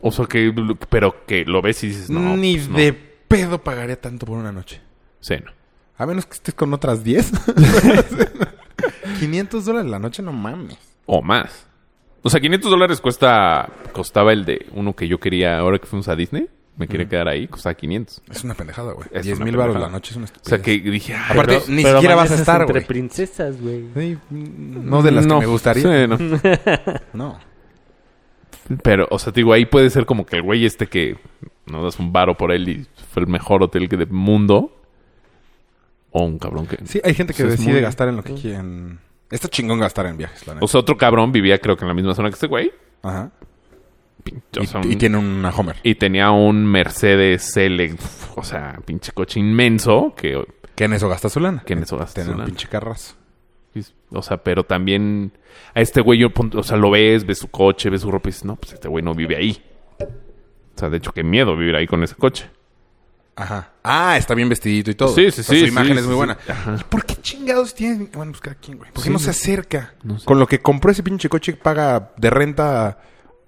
O sea, que, pero que lo ves y dices, no. Ni pues, no. de pedo pagaría tanto por una noche. Sí, no. A menos que estés con otras 10. 500 dólares la noche, no mames. O más. O sea, 500 dólares cuesta, costaba el de uno que yo quería ahora que fuimos a Disney. Me quería quedar ahí, costaba 500. Es una pendejada, güey. Es 10 una mil baros pendejada. la noche es una O sea, estupidez. que dije, "Ah, ay, Aparte, pero- ni Pero siquiera vas a amaneces estar, entre güey. princesas, güey. Sí, mm, No de las no, que me gustaría. sí, no. No. Pero, o sea, te digo, ahí puede ser como que el güey este que no das un varo por él y fue el mejor hotel que del mundo. O un cabrón que... Sí, hay gente que O sea, es decide muy- Pues, gastar en lo que quieren. Está chingón gastar en viajes, la neta. O sea, otro cabrón vivía creo que en la misma zona que este güey. Ajá. Pin- o Y, sea, y un- tiene una Homer. y tenía un Mercedes L, o sea, pinche coche inmenso que ¿Qué en eso gasta su lana? Que en eso gasta Tiene su un lana. pinche carrazo. Es- O sea, pero también a este güey, yo, pon- o sea, lo ves, ves su coche, ves su ropa y dices, no, pues este güey no vive ahí. O sea, de hecho, qué miedo vivir ahí con ese coche. Ajá. Ah, está bien vestidito y todo. Sí, sí, O sea, sí, Su imagen sí, es muy sí, buena. sí. Ajá. ¿Y por qué chingados tienen? Bueno, pues cada quien, güey. ¿Por qué Sí, no güey. se acerca? No sé. Con lo que compró ese pinche coche paga de renta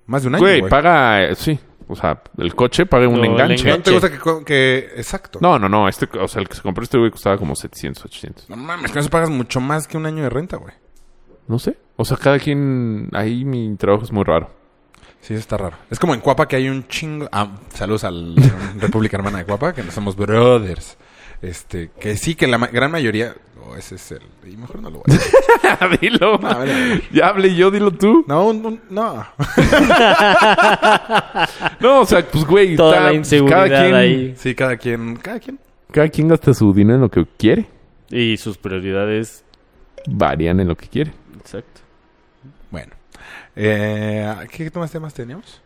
más de un año, Güey, güey. paga, eh, sí, o sea, el coche paga un No, el enganche. ¿No te enganche. gusta que, co- que- Exacto. No, no, no, este, o sea, el que se compró este güey costaba como 700, 800. No mames, con eso pagas mucho más que un año de renta, güey. No sé, o sea, cada quien, ahí mi trabajo es muy raro. Sí, eso está raro. Es como en Cuapa que hay un chingo. Ah, saludos a la República Hermana de Cuapa, que no somos brothers. Este, que sí, que la ma- gran mayoría. Oh, ese es el. Y mejor no lo voy a decir. dilo, No, Ah, vale. ya hablé yo, dilo tú. No, no, no. No, o sea, pues güey, Toda está- la pues, cada inseguridad quien, ahí. Sí, cada quien. Cada quien. cada quien gasta su dinero en lo que quiere, Y sus prioridades. varían en lo que quiere. Exacto. Bueno. Eh, ¿Qué más temas teníamos?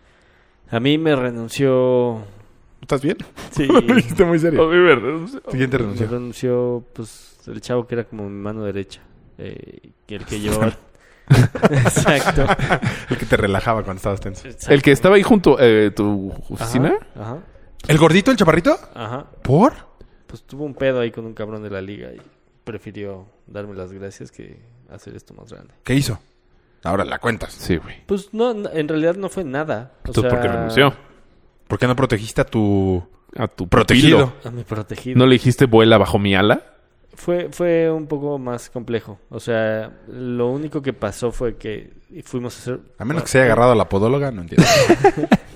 A mí me renunció. ¿Estás bien? Sí. Está muy A serio. mí me renunció. Siguiente me renunció. renunció, pues, el chavo que era como mi mano derecha. eh, y el que llevaba. Exacto. El que te relajaba cuando estabas tenso. El que estaba ahí junto eh, tu oficina. Ajá. ¿El gordito, el chaparrito? Ajá. ¿Por? Pues tuvo un pedo ahí con un cabrón de la liga y prefirió darme las gracias que hacer esto más grande. ¿Qué hizo? Ahora la cuentas. Sí, güey. Pues no, no, en realidad no fue nada. O Entonces, sea, ¿por qué renunció? ¿Por qué no protegiste a tu A tu protegido? pupilo. A mi protegido. ¿No le dijiste vuela bajo mi ala? Fue, fue un poco más complejo. O sea, lo único que pasó fue que fuimos a hacer... A menos que se haya agarrado a la podóloga, no entiendo.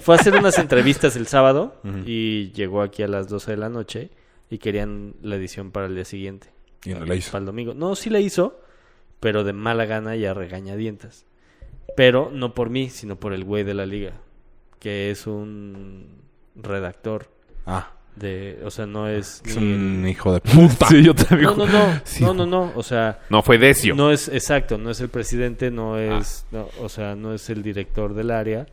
Fue a hacer unas entrevistas el sábado y llegó aquí a las 12 de la noche y querían la edición para el día siguiente. Y no la hizo. Para el domingo. No, sí la hizo, pero de mala gana y a regañadientas. Pero no por mí, sino por el güey de la liga, que es un redactor Ah. de... O sea, no es... Es ni- un hijo de puta. Sí, yo también. No, no, no, Sí, no, no, no, o sea... No fue Decio. No es exacto, no es el presidente, no es, no, o sea, no es el director del área.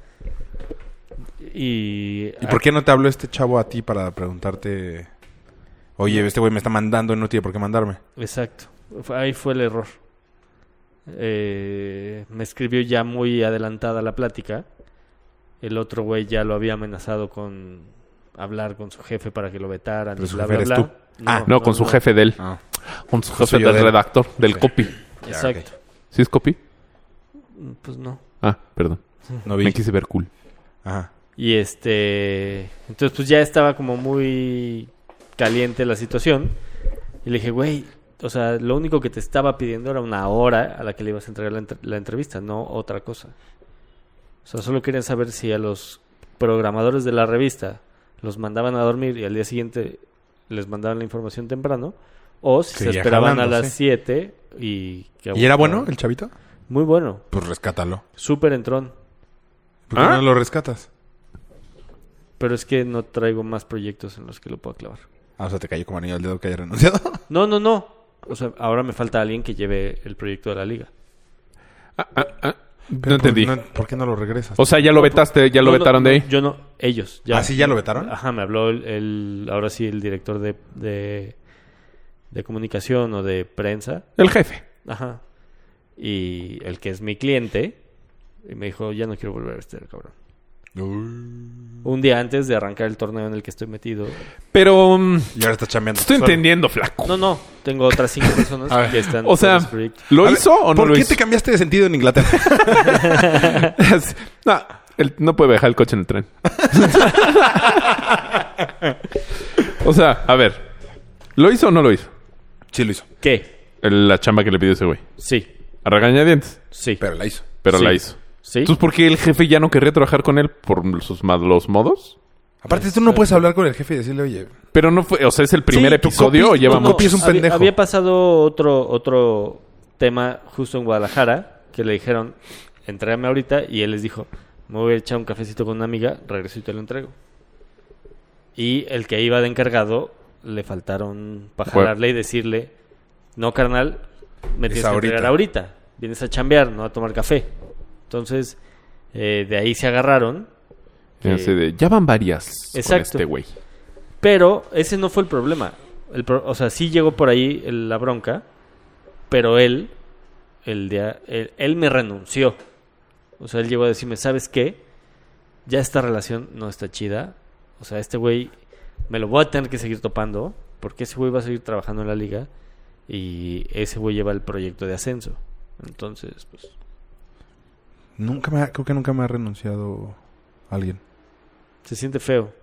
Y, ¿Y por qué no te habló este chavo a ti para preguntarte? Oye, este güey me está mandando y no tiene por qué mandarme. Exacto, Fue- ahí fue el error. Eh, me escribió ya muy adelantada la plática. El otro güey ya lo había amenazado con hablar con su jefe para que lo vetaran. Pero y su bla, jefe bla, eres bla. tú. Ah, no, con su jefe de él. Ah, Con su Con jefe suyo del de él. redactor, del Ok. copy. ya, Exacto. ¿Sí es copy? Mm, Pues no. Ah, perdón. ok. No Me vi. quise ver cool. Ajá. Y este. Entonces, pues ya estaba como muy caliente la situación. Y le dije, güey, o sea, lo único que te estaba pidiendo era una hora a la que le ibas a entregar la, entre- la entrevista, no otra cosa. O sea, solo querían saber si a los programadores de la revista los mandaban a dormir y al día siguiente les mandaban la información temprano. O si se Seguía esperaban jalando, a sí. las 7 y... que ¿Y era bueno aguantaban. el chavito? Muy bueno. Pues rescátalo. Súper entrón. ¿Por qué ¿Ah? no lo rescatas? Pero es que no traigo más proyectos en los que lo pueda clavar. Ah, o sea, te cayó como anillo al dedo que haya renunciado. No, no, no. O sea, ahora me falta alguien que lleve el proyecto de la liga. Ah, ah, ah. No entendí. ¿Por, no- por qué no lo regresas? O sea, ya lo vetaste, ya lo No, no, vetaron de ahí. Yo no, ellos. Ya. ¿Ah, sí, ya lo vetaron? Ajá, me habló el, el- ahora sí, el director de, de, de comunicación o de prensa. El jefe. Ajá. Y el que es mi cliente. Y me dijo, ya no quiero volver a este cabrón. Uy. Un día antes de arrancar el torneo en el que estoy metido. Pero mm, Y ahora está chambeando. estoy Solo. entendiendo, flaco. No, no. Tengo otras cinco personas A ver, que están O sea, los proyectos. ¿lo A ver, hizo o no ¿Por lo qué hizo? te cambiaste de sentido en Inglaterra? no, él no puede dejar el coche en el tren. o sea, a ver. ¿Lo hizo o no lo hizo? sí, lo hizo. ¿Qué? El- La chamba que le pidió ese güey. Sí, A regañadientes, sí. Pero la hizo. pero Sí. la hizo. sí. Entonces, ¿por qué el jefe ya no querría trabajar con él por sus malos modos? Aparte, tú no puedes hablar con el jefe y decirle, oye, Pero no fue, o sea, es el primer Sí, tu episodio copy- o lleva tu mucho. copy es un había, pendejo. había pasado otro, otro tema justo en Guadalajara que le dijeron, entrégame ahorita, y él les dijo, me voy a echar un cafecito con una amiga, regreso y te lo entrego. Y el que iba de encargado le faltaron para Fue- jalarle y decirle, no carnal, me Es tienes que entregar ahorita, vienes a chambear, no a tomar café. Entonces, eh, de ahí se agarraron, Y así de, ya van varias con Exacto. este güey. Pero ese no fue el problema. El pro- o sea, sí llegó por ahí el- la bronca, pero él, el día, él, él me renunció. O sea, él llegó a decirme, ¿sabes qué? Ya esta relación no está chida. O sea, este güey me lo voy a tener que seguir topando porque ese güey va a seguir trabajando en la liga y ese güey lleva el proyecto de ascenso. Entonces, pues... nunca me ha- creo que nunca me ha renunciado alguien. Se siente feo.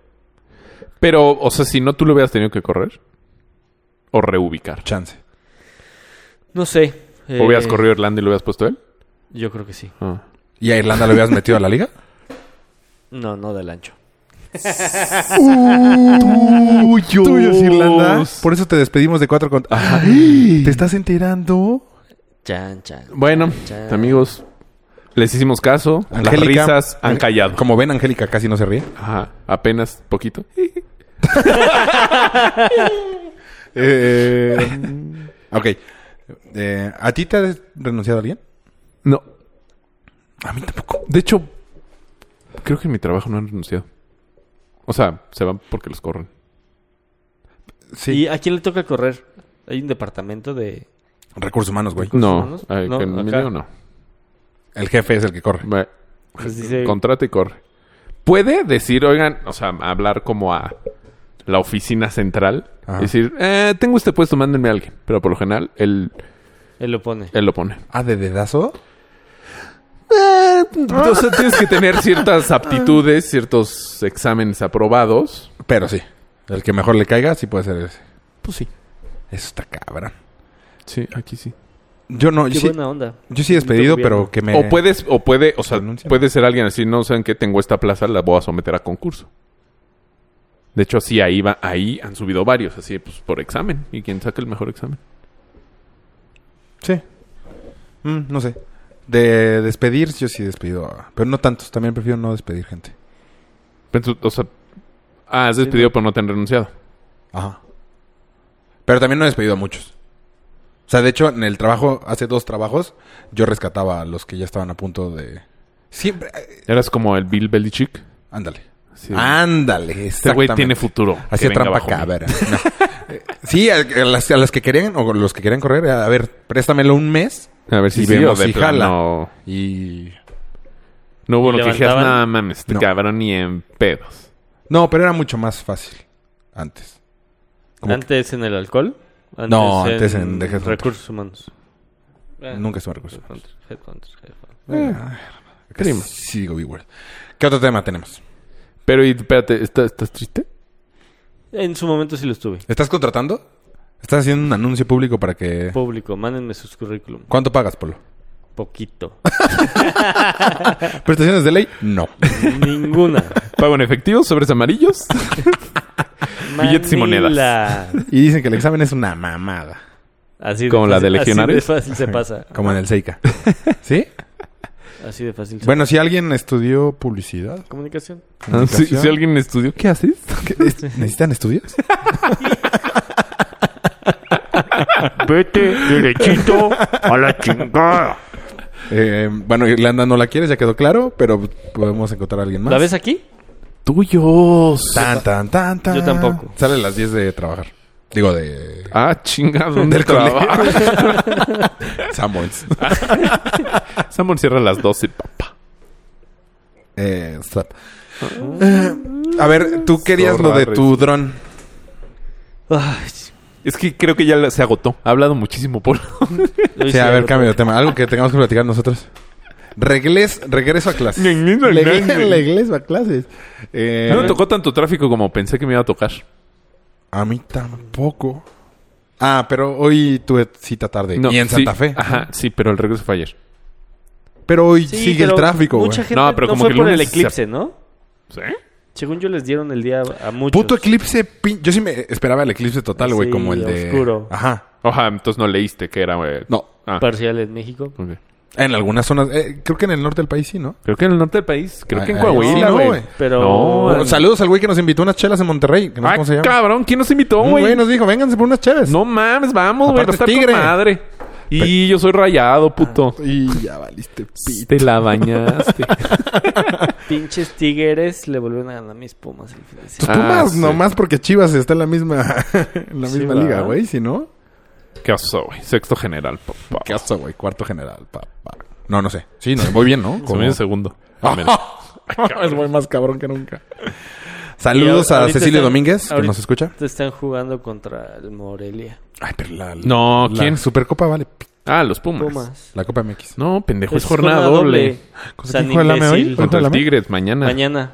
Pero, o sea, si no, tú lo hubieras tenido que correr o reubicar. Chance. No sé. eh, ¿O hubieras corrido a Irlanda y lo hubieras puesto a él? Yo creo que sí. Ah. ¿Y a Irlanda le habías metido a la liga? No, no del ancho. Tuyos. Irlanda. Por eso te despedimos de cuatro con... Ah, ¿Te estás enterando? Chan, chan. Bueno, chan. amigos, les hicimos caso. Angélica- Las risas han callado. Como ven, Angélica casi no se ríe. Ajá, apenas poquito. Eh, ok. Eh, ¿A ti te ha renunciado alguien? No, A mí tampoco. de hecho, creo que en mi trabajo no han renunciado. O sea, se van porque los corren. Sí. ¿Y a quién le toca correr? Hay un departamento de... Recursos humanos, güey. No, humanos? ay, No, que en mi acá. lío no. El jefe es el que corre. Me- pues, dice, Contrata y corre. Puede decir, oigan, o sea, hablar como a la oficina central. Ajá. y Decir, eh, tengo este puesto, mándenme a alguien. Pero por lo general, él, él lo pone. él lo pone. ¿Ah, de dedazo? Eh, O sea, tienes que tener ciertas aptitudes, ciertos exámenes aprobados. Pero sí. El que mejor le caiga, sí puede ser ese. Pues sí. Eso está cabrón. Sí, aquí sí. Yo no, Qué yo sí, buena onda. yo sí despedido, Bonito gobierno. pero que me... O puedes, o puede, o sea, renuncia. puede ser alguien así, no saben que tengo esta plaza, la voy a someter a concurso. De hecho, sí, ahí va, ahí han subido varios, así pues por examen. Y quien saca el mejor examen. Sí. Mm, no sé. De despedir, yo sí despedido. a- Pero no tantos. También prefiero no despedir gente. Pero tú, o sea, ah, has Sí, despedido, no. pero no te han renunciado. Ajá. Pero también no he despedido a muchos. O sea, de hecho, en el trabajo, hace dos trabajos, yo rescataba a los que ya estaban a punto de... Siempre... eh, Eras como el Bill Belichick. Ándale. Sí. Ándale. este güey Ah, exactamente. tiene futuro. que Hacía venga trampa bajo mí. cabra. No. Eh, Sí, a, a las, a las que querían, o los que querían correr, a ver, préstamelo un mes A ver si Y sí, vemos o de si jala. plano- y No hubo Y lo que dijeras, levantaban- nada mames, este No. cabrón ni en pedos. No, pero era mucho más fácil antes. Como ¿Antes en el alcohol? No, antes en The Headhunter. recursos humanos. que Eh, nunca estuve en recursos. Headhunter, Headhunter, Headhunter. Acá Sí, digo B-word. ¿Qué otro tema tenemos? Pero, y, espérate, ¿está- ¿estás triste? En su momento sí lo estuve. ¿Estás contratando? ¿Estás haciendo un anuncio público para que... Público, mándenme sus currículum. ¿Cuánto pagas, Polo? Poquito. ¿Prestaciones de ley? No. Ninguna. ¿Pago en efectivo? ¿Sobres amarillos? Billetes y Manila. Y dicen que el examen es una mamada. Así ¿Como la fácil- de Legionarios? Así de fácil se pasa. Como en el Seika. ¿Sí? Así de fácil se Bueno, si alguien estudió publicidad... pasa. Comunicación. Ah, Si, comunicación, si alguien estudió, ¿qué haces? ¿qué- es- ¿Necesitan estudios? Vete derechito a la chingada. Eh, bueno, Irlanda no la quieres, ya quedó claro, pero podemos encontrar a alguien más. ¿La ves aquí? Tuyos. Tan, tan, tan, tan. Yo tampoco. Sale a las 10 de trabajar. Digo, de Ah, chingado. ¿Dónde Del colegio. trabaja? Samuels. Samón cierra a las 12, papá. Eh, stop. Eh, a ver, tú querías lo de tu dron. Ay, Es que creo que ya la- se agotó. Ha hablado muchísimo por... hoy Sí, a ver, algo- cambio de tema. Algo que tengamos que platicar nosotros. Regles, regreso a clases. Regreso a Regre- clases. regreso a clases. Eh, No me tocó tanto tráfico como pensé que me iba a tocar. A mí tampoco. Ah, pero hoy tuve cita tarde. No, este, y en sí. Santa Fe. Ajá, sí, pero el regreso fue ayer. Pero hoy Sí, sigue pero el tráfico, güey. Mucha gente No, pero no como fue que el por el lunes se- eclipse, ¿no? ¿Sí? Según yo les dieron el día a muchos. Puto eclipse. pin- Yo sí me esperaba el eclipse total, güey, Sí, como el de. oscuro. Ajá. Ojalá, entonces no leíste que era... eh, No. Ah, Parcial en México. ok. En algunas zonas. eh, creo que en el norte del país sí, ¿no? Creo que en el norte del país. Creo que en Ay, ay, Coahuila, Ah, no, güey. güey. Pero... No, Bueno, saludos al güey que nos invitó unas chelas en Monterrey. Que no sé Ah, cómo se llama. cabrón, ¿quién nos invitó, Un güey güey? nos dijo, vénganse por unas chelas. No mames, vamos, güey. Va a Aparte estar es con tigre. madre. Y yo soy rayado, puto. Y ya valiste pito. Te la bañaste. Pinches tigres le volvieron a ganar mis pumas el fin de Tus semana. Ah, Pumas, sí. Pues nomás porque Chivas está en la misma, en la Sí, misma ¿verdad? liga, güey. Si no, ¿Qué pasó, güey? Sexto general, papá. ¿qué haces, güey? Cuarto general, papá. No, no sé. Sí, no, voy bien, ¿no? Se me dio segundo. es güey más cabrón que nunca. Y Saludos ahor- a ahorita Cecilia están- Domínguez, que ahorita- nos escucha. Te están jugando contra el Morelia. Ay, pero la... No, la ¿quién? Supercopa vale. p- Ah, los Pumas. Pumas. La Copa MX. No, pendejo, es, jornada, doble. San dijo el AME hoy? imbécil. ¿Cuánto? Contra ¿Jornada los doble? Tigres, mañana. Mañana.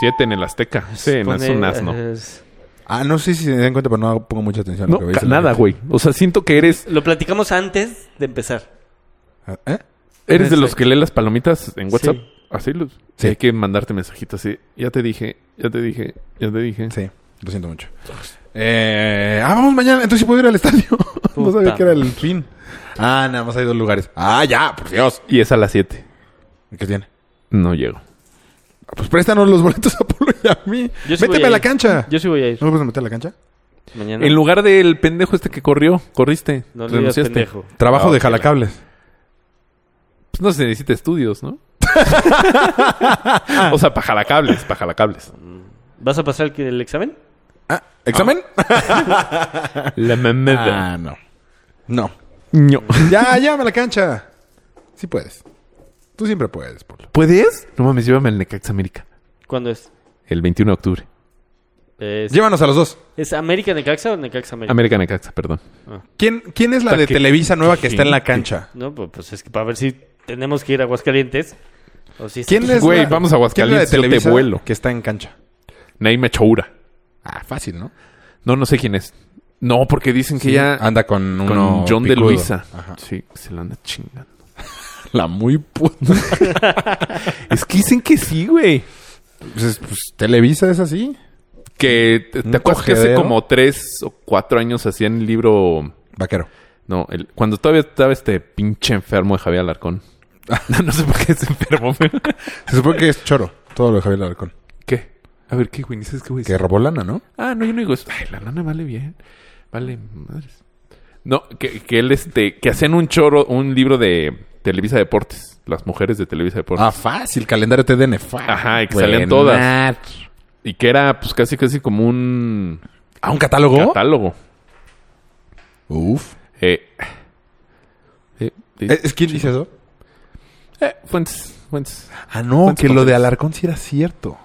Siete en el Azteca. Sí, no, es Pone- eh, un asno. es- Ah, no sé si se dan cuenta, pero no pongo mucha atención. a No, lo que ca- dice la nada, gente. güey. O sea, siento que eres Lo platicamos antes de empezar. Ah, ¿Eh? eres de los Exacto. que lee las palomitas en WhatsApp. Sí. Así los. Sí. Hay que mandarte mensajitos así. Ya te dije, ya te dije, ya te dije. Sí, lo siento mucho. Eh, ah, vamos mañana. Entonces sí puedo ir al estadio. no sabía Puta que era el fin. Ah, nada más hay dos lugares. Ah, ya, por Dios. Y es a las siete. ¿Qué tiene? No llego. Ah, Pues préstanos los boletos a Polo y a mí. Yo sí voy Méteme a a la ir. cancha. Yo sí voy a ir. ¿No me puedes meter a la cancha? Mañana. En lugar del pendejo este que corrió, corriste. No le digas renunciaste. pendejo. Trabajo Ah, de ok. jalacables. Pues no se necesita estudios, ¿no? o sea, pajalacables, pajalacables. ¿Vas a pasar el, el examen? Ah, ¿examen? La mamada. Ah, no. No. No. Ya, llame a la cancha. Sí puedes. Tú siempre puedes, Polo. ¿Puedes? No mames, llévame al Necaxa América. ¿Cuándo es? El 21 de octubre. Es, Llévanos a los dos. ¿es América Necaxa o Necaxa América? América Necaxa, perdón. ¿Quién, quién es la Puta, de qué- Televisa nueva que está en la gente. cancha? No, pues, pues es que para ver si tenemos que ir a Aguascalientes. O si ¿Quién es Güey, la- vamos a Aguascalientes, ¿quién es la de yo te Televisa vuelo. que está en cancha? Naime Choura. Ah, fácil, ¿no? No, no sé quién es. No, porque dicen que Sí, ya anda con con uno John de picudo. Luisa. Ajá. Sí, se la anda chingando. La muy puta. Es que dicen que sí, güey. pues, pues, Televisa es así. Que te, te Un acuerdas que hace cogedero. como tres o cuatro años hacían el libro. Vaquero. No, el- cuando todavía estaba este pinche enfermo de Javier Alarcón. no sé por qué es enfermo. pero- Se supone que es choro. Todo lo de Javier Alarcón. ¿Qué? A ver, ¿qué, güey? ¿Dices qué, güey? Que robó lana, ¿no? Ah, no, yo no digo eso. Ay, la lana vale bien. Vale, madres. No, que, que él, este, que hacían un choro, un libro de Televisa Deportes. Las mujeres de Televisa Deportes. Ah, fácil. Calendario TDN. Fácil. Ajá, y que Güey, salían todas. nah. Y que era, pues, casi, casi como un ¿A ¿Ah, un catálogo? catálogo. Uf. Eh, eh, eh, ¿Es es quién dice eso? eh, fuentes, fuentes. Ah, no, Fuentes que lo de papeles. Alarcón sí era cierto.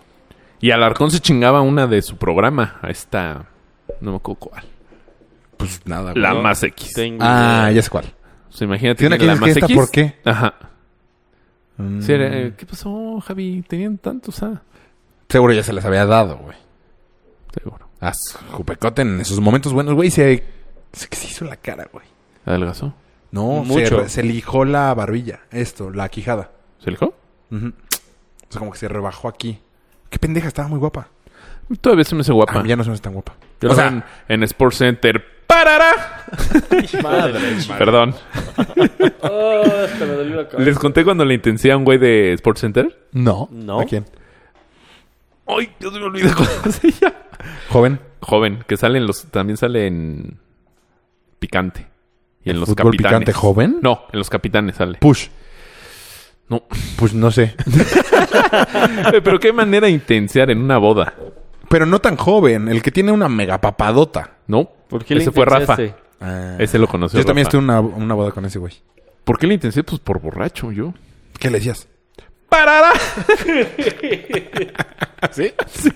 Y Alarcón se chingaba una de su programa. a Esta. No me acuerdo cuál. Pues nada, güey. La No, más X. Tengo Ah, idea. ya sé cuál. O sea, imagínate. ¿Tiene que la que más decir que X. esta por qué? Ajá. Mm. Sí, era, eh, ¿Qué pasó, Javi? Tenían tantos, ah. Seguro ya se les había dado, güey. Seguro. A su Jupecote en esos momentos buenos, güey, se, se, se hizo la cara, güey. Adelgazó. No, Mucho. Se, se lijó la barbilla. Esto, la quijada. ¿Se alejó? Ujú. O sea, como que se rebajó aquí. Qué pendeja, estaba muy guapa. Todavía se me hace A guapa. mí Ah, ya no se me hace tan guapa. Yo o la sea, veo en, en Sports Center. ¡Parará! Madre. Perdón. Oh, hasta me dolió la cabeza. ¿Les conté cuando le intenté a un güey de Sports Center? no. No. ¿A quién? ¡Ay! Dios me olvidé cómo se llama. Joven. Joven, que sale en los... También sale en... Picante. Y en los fútbol capitanes. picante joven? No, en los capitanes sale. Push. No. Push, no sé. Pero qué manera de intensear en una boda. Pero no tan joven. El que tiene una mega papadota. ¿No? ¿Por qué le Ese fue Rafa. intensaste? Ese lo conoció Pues, Yo también Rafa. estuve en una, una boda con ese güey. ¿Por qué le intenté? Pues por borracho, yo. ¿Qué le decías? ¡Parada! ¿Sí? Sí.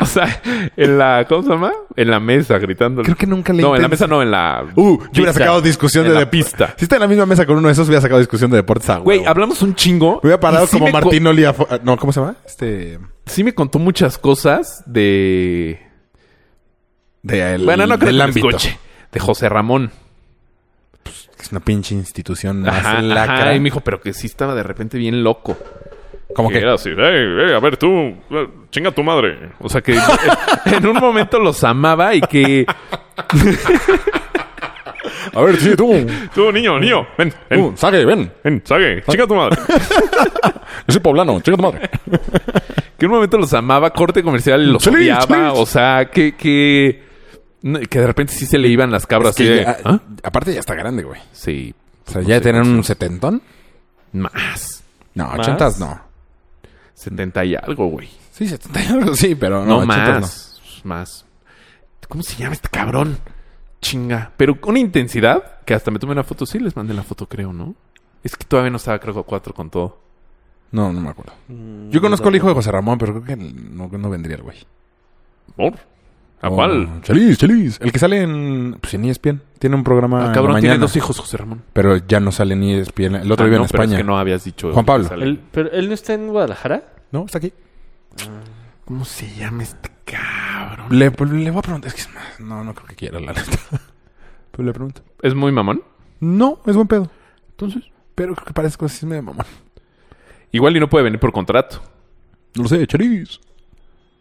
O sea, en la... ¿Cómo se llama? En la mesa, gritando. Creo que nunca le No, en la intensé. mesa no, en la... Uh, yo pista. hubiera sacado discusión En de la pista. Si está en la misma mesa con uno de esos, hubiera sacado discusión de deportes. a Güey, huevo. hablamos un chingo. Me hubiera parado y sí como me co- Martín Oli afo- No, ¿cómo se llama? Este. Sí me contó muchas cosas de... De el, bueno, no creo del que me ámbito. escuche. De José Ramón. Es una pinche institución más Ajá, lacra. ajá, Y me dijo, pero que sí estaba de repente bien loco. Como Que que. era así, "Ey, ey, a ver tú, eh, chinga tu madre. O sea que en un momento los amaba y que... A ver, sí, tú. Tú, niño, niño, ven, tú, ven, saque, ven. ven, saque, chinga tu madre. Yo soy poblano, chica tu madre. Que en un momento los amaba, corte comercial y los Chale, odiaba. chale. O sea, que, que... no, Que de repente sí se le iban las cabras. así Que de, ya- "¿Ah? Aparte, ya está grande, güey. Sí. O sea, ya No sé, tener no sé. un setentón. Más. No, ¿Más? ochentas no. 70 y algo, güey. Sí, setenta y algo, sí, pero No, no, ochentas más. Más. ¿Cómo se llama este cabrón? Chinga. Pero con una intensidad que hasta me tomé una foto. Sí, les mandé la foto, creo, ¿no? Es que todavía no estaba, creo, a cuatro con todo. Ah, no. No, no me acuerdo. Yo conozco al hijo de José Ramón, pero creo que no, no vendría el güey. ¿Por? ¿A Oh, cuál? Chelis, Chelis. El que sale en. Pues en ESPN. Tiene un programa. en Ah, la cabrón, tiene mañana, dos hijos, José Ramón. Pero ya no sale en E ESPN. El otro Ah, vive no, en pero España. Es que no habías dicho. Juan Pablo. que sale. Él- ¿Pero él no está en Guadalajara? no, está aquí. Ah. ¿Cómo se llama este cabrón? Le, pues, le voy a preguntar. Es que es más, no, no creo que quiera, la neta. Pero le pregunto. ¿Es muy mamón? No, es buen pedo. Entonces. Pero creo que parece que sí me mamá. Igual y no puede venir por contrato. No lo sé, Chelis.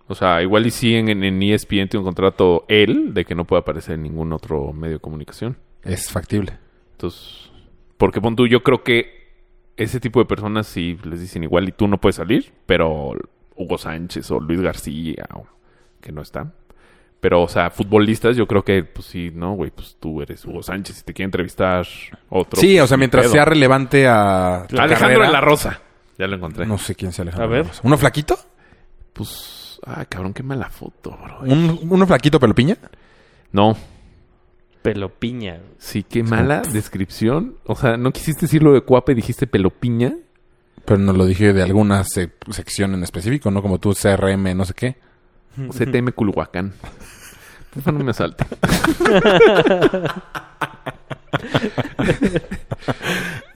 O sea, igual y sí en, en, E en ESPN tiene un contrato él de que no puede aparecer en ningún otro medio de comunicación. Es factible. Entonces, porque pon tú, yo creo que ese tipo de personas sí les dicen igual y tú no puedes salir, pero Hugo Sánchez o Luis García, o- que no están. Pero, o sea, futbolistas, yo creo que, pues sí, no, güey, pues tú eres Hugo Sánchez y te quiere entrevistar otro. Sí, pues, o sea, ni mientras pedo. sea relevante a. tu Alejandro carrera- de la Rosa. Ya lo encontré. No sé quién sea Alejandro. A ver. de la Rosa. ¿Uno flaquito? Pues, ah, cabrón, qué mala foto, bro. ¿Un, ¿Uno flaquito pero piña? No, Pelopiña. sí, qué mala descripción. O sea, no quisiste decir lo de cuape, dijiste pelopiña. Pero no lo dije de alguna se- sección en específico, ¿no? Como tú, CRM, no sé qué. CTM Culhuacán. Porfa, no me asalte.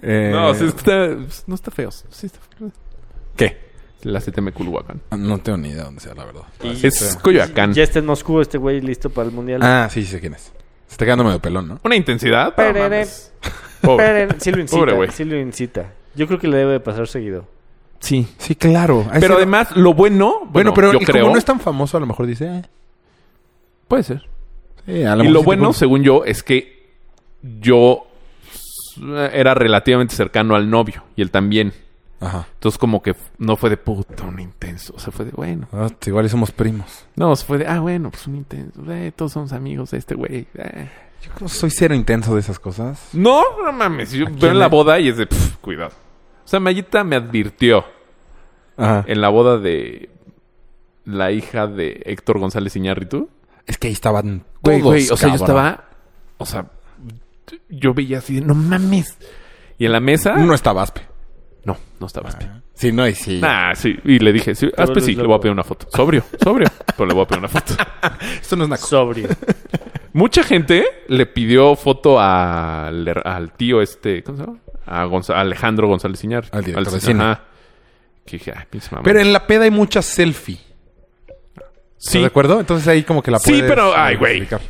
Eh, No, sí, es que está, pues, no está feo. Sí está feo. ¿Qué? La CTM Culhuacán. Ah, No tengo ni idea dónde sea, la verdad. Ah, Y- Es Coyoacán. Ya está en Moscú este güey listo para el mundial. Ah, sí, sí sé quién es. Se está quedando medio pelón, ¿no? Una intensidad. No, Perere. mames. Pobre. Pero sí lo incita, Pobre güey. sí lo incita. Yo creo que le debe de pasar seguido. Sí. Sí, claro. Pero además, lo bueno. Bueno, pero yo y creo. como no es tan famoso, a lo mejor dice... eh, Puede ser. sí, a Y mejor lo sí bueno, te- según yo, es que yo eh, era relativamente cercano al novio y él también. Ajá. Entonces, como que no fue de puta, un intenso. O sea, fue de bueno. Ah, igual y somos primos. No, se fue de ah, bueno, pues un intenso. Eh, todos somos amigos de este güey. eh. Yo como soy cero intenso de esas cosas. No, no mames. Yo veo quién en la le- boda y es de, "Pf, cuidado. O sea, Mayita me advirtió Ajá. en la boda de la hija de Héctor González Iñárritu. Es que ahí estaban Güey, todos, güey, o sea, yo cabrón. estaba, o sea, yo veía así de, no Ah, mames. Y en la mesa, No estaba Aspe. no, no estaba. Aspe. Sí, no, y sí. Nah, sí. Y le dije, sí, hazte vuelves sí, le voy a loco. pedir una foto. Sobrio, sobrio. pero le voy a pedir una foto. Esto no es naco. Sobrio. Mucha gente le pidió foto al, her- al tío este, ¿cómo se llama? A Gonza- a Alejandro González Iñar. Al director de cine. Que dije, ay, pinche mamá. Pero en la peda hay muchas selfie. ¿Estás sí, de acuerdo? Entonces ahí como que la Sí, puedes, pero- eh, ay, güey. explicar.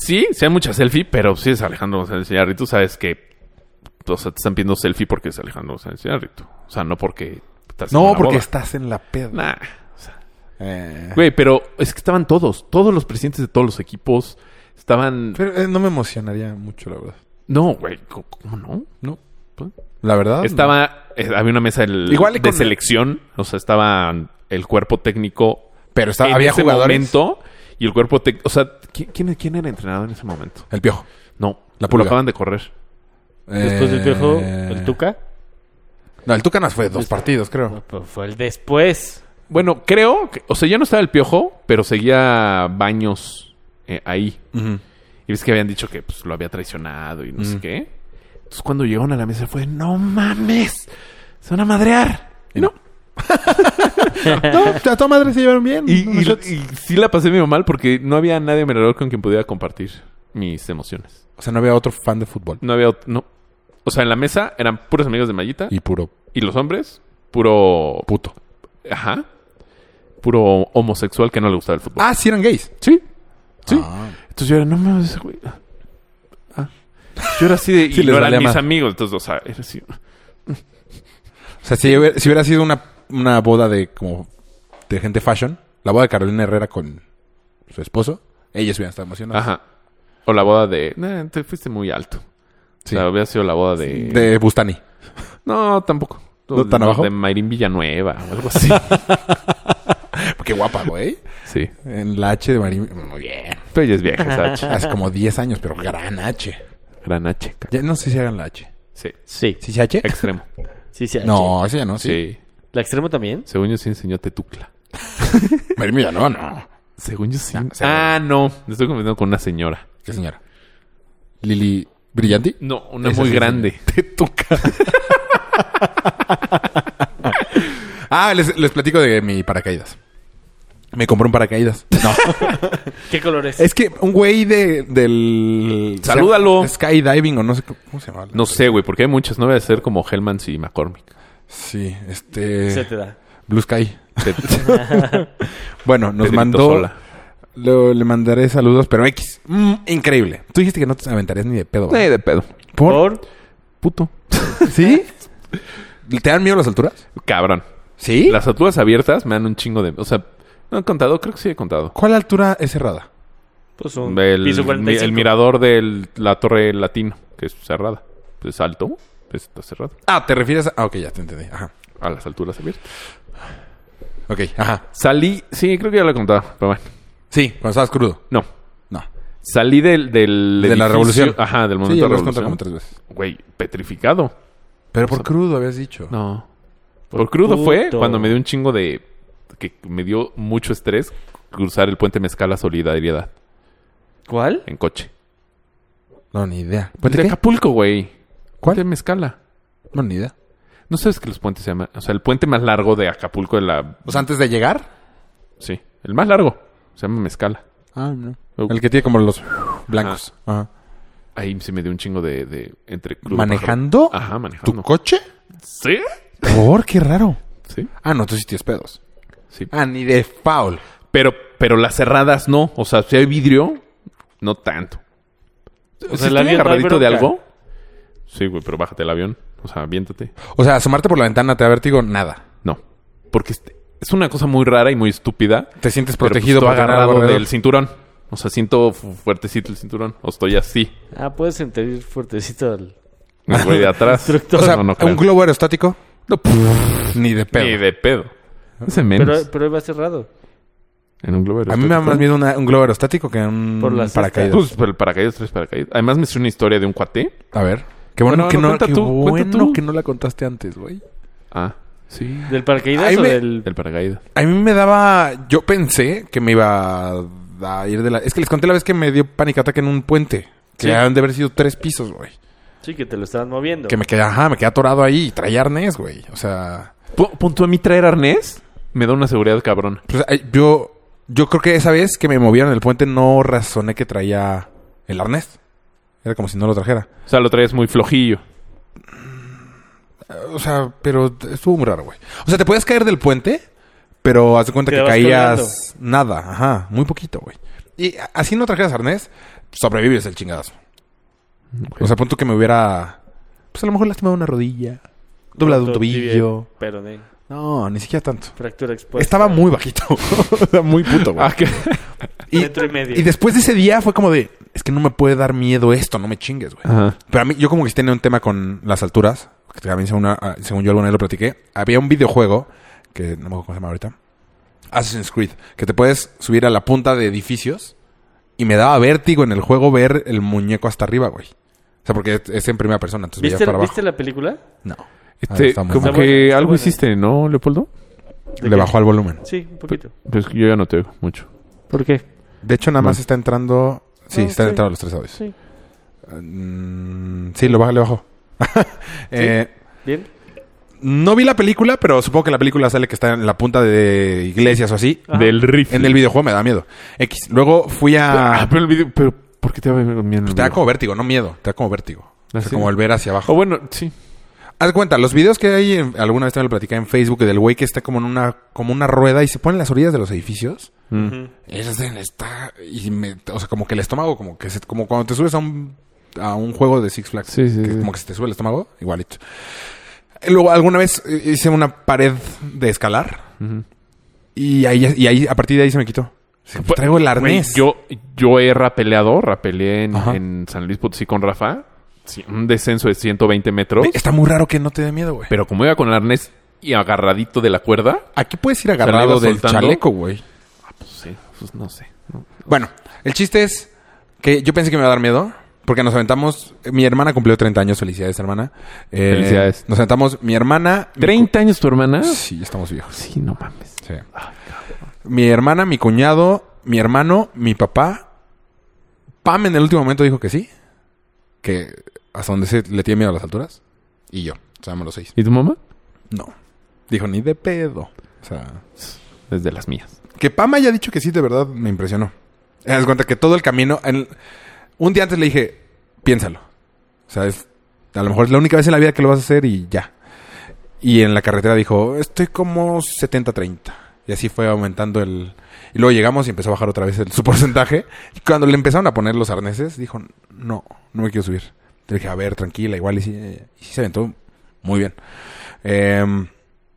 sí, sí hay muchas selfie, pero sí es Alejandro González Iñar. Y tú sabes que, o sea, te están pidiendo selfie porque es Alejandro González Iñar. O sea, no porque estás en No, una porque boda. estás en la peda. Nah. Eh, Güey, pero es que estaban todos, todos los presidentes de todos los equipos estaban... pero eh, no me emocionaría mucho, la verdad. No, güey, ¿cómo cómo no? No. La verdad. no. Pues, Estaba, eh, había una mesa del- Igual y de con- selección, o sea, estaban el cuerpo técnico Pero estaba- en había ese jugadores. momento y el cuerpo técnico, o sea, ¿quién, quién, quién era entrenador en ese momento? El piojo. No, La lo Pulga. acaban de correr. Después del Eh, piojo, el Tuca. No, el Tuca nos fue dos partidos, creo. Pero fue el después. Bueno, creo, que, o sea, ya no estaba el piojo, pero seguía Baños eh, ahí. Y ves que habían dicho que pues, lo había traicionado y no Mm. sé qué. Entonces cuando llegaron a la mesa fue, no mames, se van a madrear. Y no. No, a toda madre se llevaron bien. Y, No, y- shots. y sí la pasé medio mal porque no había nadie en mi alrededor con quien pudiera compartir mis emociones. o sea, no había otro fan de fútbol. No había... ot- No. O sea, en la mesa eran puros amigos de Mayita y, Y puro los hombres, puro... puto. Ajá. Puro homosexual que no le gustaba el fútbol. Ah, sí eran gays. Sí. Sí. Ah. Entonces yo era, no mames, ese güey. Ah. Yo era así de... y Sí, les no eran valía mis más. amigos. Entonces, o sea, era así... O sea, si hubiera, si hubiera sido una, una boda de como de gente fashion, la boda de Carolina Herrera con su esposo, ellas hubieran estado emocionadas. Ajá. O la boda de... "Nah, te fuiste muy alto. Sí. O sea, hubiera sido la boda de... De Bustani. No, tampoco. ¿No tan de, abajo? De Mayrin Villanueva o algo así. Qué guapa, güey. sí. En la H de Marín. Muy bien. Pero ella es vieja, esa H. Hace como 10 años, pero gran H. Gran H. ca- Ya no sé si hagan la H. Sí. Sí. ¿Sí se H? Extremo. Sí, sí. No, esa ya no, sí. Sí. ¿La extremo también? Según yo sí enseñó Tetucla. Marín Villanueva, no. Según yo sí. sí. Ah, no. Me estoy confundiendo con una señora. ¿Qué señora? ¿Lili Brillanti? No, una Esa muy sí, grande. Tetuca. ah, les, les platico de mi paracaídas. Me compré un paracaídas. No. ¿Qué color es? es que un güey de, del... Salúdalo. Skydiving o no sé cómo cómo se llama. No sé, güey, porque hay muchas. No voy a ser como Hellman y McCormick. Sí, este... Se te da. Blue Sky. Te- Bueno, nos Pedrito mandó... Sola. Lo- le mandaré saludos, pero X. Mm, increíble. Tú dijiste que no te aventarías ni de pedo. ¿verdad? Ay, de pedo. ¿Por? ¿Por? Puto. ¿Sí? ¿Te dan miedo las alturas? Cabrón. ¿Sí? Las alturas abiertas me dan un chingo de... O sea, ¿no he contado? Creo que sí he contado. ¿Cuál altura es cerrada? Pues un El, piso mi- 45. el mirador de la Torre Latino, que es cerrada. Es alto, pues está cerrado. Ah, te refieres a... Ah, ok, ya te entendí. Ajá. A las alturas abiertas. Ok, ajá. Salí... Sí, creo que ya lo he contado, pero bueno. Sí, cuando estabas crudo. No. No. Salí del... del de la edificio- revolución. Ajá, del Sí, momento ya lo de la has contado revolución. como tres veces. Güey, petrificado. Pero por crudo habías dicho. No. Por, crudo fue puto. cuando me dio un chingo de... Que me dio mucho estrés cruzar el puente Mezcala Solidaridad ¿Cuál? en coche. No, ni idea. El de ¿Puente qué? Acapulco, güey. ¿Cuál? Puente Mezcala. Pues No, ni idea. No sabes que los puentes se llaman... O sea, el puente más largo de Acapulco de la... O sea, antes de llegar. Sí. El más largo. Se llama Mezcala. Ah, no. Uh. El que tiene como los blancos. Ajá. Ahí se me dio un chingo de... de entre Ah, crudo, ¿Manejando? pájaro. Ajá, ¿Tu manejando. coche? ¿Sí? ¿Por? Qué raro. Sí. Ah, no, tú sí tienes pedos. Sí. Ah, ni de foul. Pero, pero las cerradas no. O sea, si hay vidrio, no tanto. O si sea, el estoy avión no hay agarradito de bronca. algo. Sí, güey, pero bájate el avión. O sea, aviéntate. O sea, asomarte por la ventana te da vértigo, nada. No. Porque es- es una cosa muy rara y muy estúpida. Te sientes pero, protegido pues, para estoy ganar agarrado alrededor. del cinturón. O sea, siento fu- fuertecito el cinturón. O estoy así. Ah, puedes sentir fuertecito al... El güey de atrás. Instructor. O sea, no, no creo. un globo aerostático. No, pff, ni de pedo. Ni de pedo. Ese menos. Pero, pero iba cerrado. En un globo A mí me da aerostático. más miedo una- un globo aerostático que un Por las paracaídas. Pues, pero el paracaídas, tres paracaídas. Además, me hice una historia de un cuate. A ver. Qué bueno, Bueno, que, no, no, cuenta qué tú, cuenta bueno tú. que no la contaste antes, güey. Ah, sí. ¿Del paracaídas Ahí o me- del...? El paracaídas. A mí me daba... Yo pensé que me iba a ir de la... Es que les conté la vez que me dio pánico ataque en un puente. Que Sí. han de haber sido tres pisos, güey. Sí, que te lo estaban moviendo. Que me quedé, ajá, me quedé atorado ahí y traía arnés, güey. O sea, Pu- Punto a mí traer arnés me da una seguridad cabrón. pues, ay, yo, yo creo que esa vez que me movieron el puente no razoné que traía el arnés. Era como si no lo trajera. O sea, lo traes muy flojillo. O sea, pero t- estuvo muy raro, güey. O sea, te podías caer del puente, pero haz de cuenta que Quedabas caías nada, ajá, muy poquito, güey. Y a- así no trajeras arnés, sobrevives el chingadazo. O sea, punto que me hubiera, pues a lo mejor lastimado una rodilla, doblado un Roto tobillo. tibia, peroné, No, ni siquiera tanto. fractura expuesta. Estaba muy bajito, o sea, muy puto, güey. Ah, que- y, metro y medio. y después de ese día fue como de, es que no me puede dar miedo esto, no me chingues, güey. Ah, Ajá. Pero a mí, yo como que sí tenía un tema con las alturas. Que también según, una- ah, según yo alguna vez lo platiqué. Había un videojuego, que no me acuerdo cómo se llama ahorita. Assassin's Creed. Que te puedes subir a la punta de edificios. Y me daba vértigo en el juego ver el muñeco hasta arriba, güey. O sea, porque es- es en primera persona, entonces veías ¿Viste, para abajo. ¿Viste la película? No. Este, Ah, está muy como mal. que Está buena, está algo buena. hiciste, ¿no, Leopoldo? ¿De Le qué? bajó al volumen. Sí, un poquito. Pues que yo ya no te oigo mucho. ¿Por qué? De hecho, nada más No. está entrando... Sí, No, están Ah, sí. entrando los tres audios. Sí. Mm, sí, lo baja, le bajó. eh, ¿Bien? no vi la película, pero supongo que la película sale que está en la punta de iglesias o así. Ajá. Del rifle. En el videojuego me da miedo. X. Luego fui Ah, a. pero el video... Pero, ¿por qué te va a ver bien el Pues Te da video? como vértigo, no miedo. Te da como vértigo. ¿Ah, O sea, sí? como el ver hacia O abajo. bueno, sí. Haz cuenta, los videos que hay, en- alguna vez te lo platicé en Facebook, del güey que está como en una, como una rueda y se pone en las orillas de los edificios. Mm. Ujú. Eso es en- está. Y me- o sea, como que el estómago, como que se- como cuando te subes a un, a un juego de Six Flags. Sí, sí, que sí. Como que se te sube el estómago, igualito. Eh, Luego, alguna vez eh, hice una pared de escalar. Ujú. Y ahí, y ahí, a partir de ahí se me quitó. Sí, pues, Traigo el arnés. Güey, yo, yo he rapeleado, rapeleé en, Ajá. en San Luis Potosí con Rafa. Sí, un descenso de 120 metros. Ve, Está muy raro que no te dé miedo, güey. Pero como iba con el arnés y agarradito de la cuerda... Aquí puedes ir sea, la agarrado ibas del soltando. chaleco, güey. Pues sí, pues no sé. ¿no? Bueno, el chiste es que yo pensé que me iba a dar miedo. Porque nos aventamos... Mi hermana cumplió 30 años. Felicidades, hermana. Eh, Felicidades. Nos aventamos mi hermana... mi ¿30 años tu hermana? cu- Sí, ya estamos viejos. Sí, no mames. Sí. Mi hermana, mi cuñado, mi hermano, mi papá. Pam en el último momento dijo que sí. Que hasta donde se le tiene miedo a las alturas. Y yo. O sea, me los seis. ¿Y tu mamá? No. Dijo, ni de pedo. O sea... Desde las mías. Que Pam haya dicho que sí, de verdad, me impresionó. Te das cuenta que todo el camino... en- Un día antes le dije, piénsalo. O sea, es... A lo mejor es la única vez en la vida que lo vas a hacer y ya. Y en la carretera dijo, estoy como 70-30. Y así fue aumentando el... Y luego llegamos y empezó a bajar otra vez el- su porcentaje. Y cuando le empezaron a poner los arneses, dijo, no, no me quiero subir. Le dije, a ver, tranquila, igual. Y sí, eh, y sí se aventó muy bien. Em,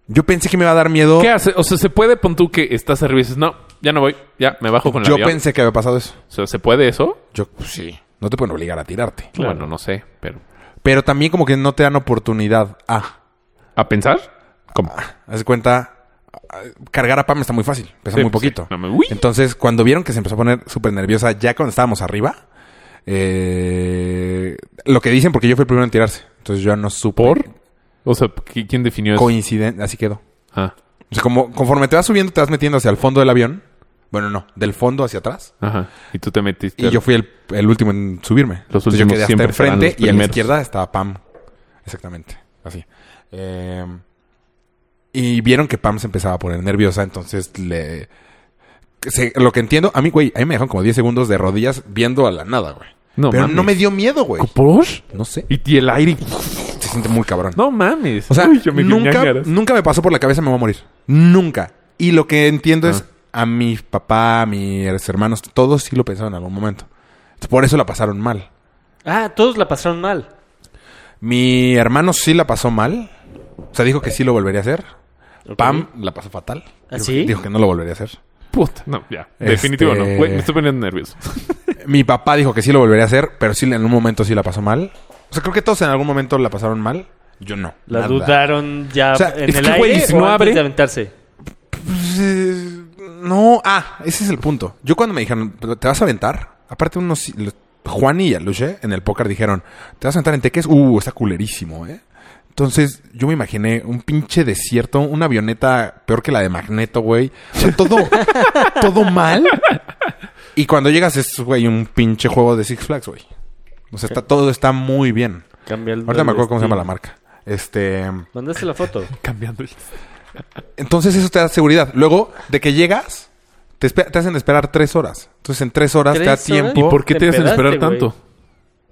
yo pensé que me iba a dar miedo... ¿Qué hace? O sea, ¿se puede, pon tú, que estás arriba y dices, no, ya no voy, ya, me bajo con la Yo avión? pensé que había pasado eso. O sea, ¿se puede eso? Yo, pues, sí. No te pueden obligar a tirarte. Claro. Bueno, no sé, pero... Pero también como que no te dan oportunidad a... ¿A pensar? ¿Cómo? Haz de cuenta... ah, Cargar a Pam está muy fácil. Pesa Sí, muy pues, poquito. sí. No me- uy. Entonces, cuando vieron que se empezó a poner súper nerviosa ya cuando estábamos arriba... eh, lo que dicen porque yo fui el primero en tirarse. Entonces yo no supe... ¿Por? O sea, ¿qui- ¿quién definió eso? Coincidente. Así quedó. Ah, O sea, como conforme te vas subiendo, te vas metiendo hacia el fondo del avión. Bueno, no. Del fondo hacia atrás. ajá. Y tú te metiste. Y yo fui el, el último en subirme. Los Entonces, yo últimos quedé hasta siempre serán enfrente los y a la primeros. izquierda estaba Pam. Exactamente. Así. Eh, y vieron que Pam se empezaba a poner nerviosa, entonces le... que se- lo que entiendo, a mí, güey, a mí me dejaron como 10 segundos de rodillas viendo a la nada, güey. No Pero mames. no me dio miedo, güey. ¿Por? No sé. Y, y el aire. Se siente muy cabrón. No mames. O sea, Uy, yo me dio nunca, ñáñaras. nunca me pasó por la cabeza me voy a morir. Nunca. Y lo que entiendo es Ah. a mi papá, a mis hermanos, todos sí lo pensaron en algún momento. Entonces, por eso la pasaron mal. Ah, todos la pasaron mal. Mi hermano sí la pasó mal. O sea, dijo que sí lo volvería a hacer. Pam la pasó fatal. ¿Ah, Dijo- sí? Dijo que no lo volvería a hacer. Puta. No, ya. Este- Definitivo no. Güey, me estoy poniendo nervioso. Mi papá dijo que sí lo volvería a hacer, pero sí en un momento sí la pasó mal. O sea, creo que todos en algún momento la pasaron mal. Yo no. La nada. dudaron ya O sea, en es el que, güey, aire si o no antes abre- de aventarse. Pues, eh, no, ah, ese es el punto. Yo cuando me dijeron, "Pero ¿te vas a aventar? Aparte unos... los- Juan y Aluche en el póker dijeron, ¿te vas a aventar en Teques? Uh, está culerísimo, ¿eh? Entonces, yo me imaginé un pinche desierto, una avioneta peor que la de Magneto, güey. O sea, todo, todo mal. Y cuando llegas es, güey, un pinche juego de Six Flags, güey. O sea, está, todo está muy bien. Cambia el Ahorita me acuerdo cómo se llama la marca. marca. Este. Mandaste la foto. Cambiando el... Entonces eso te da seguridad. Luego, de que llegas, te, espe- te hacen esperar tres horas. Entonces en tres horas te da ¿Tres horas? tiempo. ¿Y por qué Te te, hacen empedaste, esperar tanto? güey.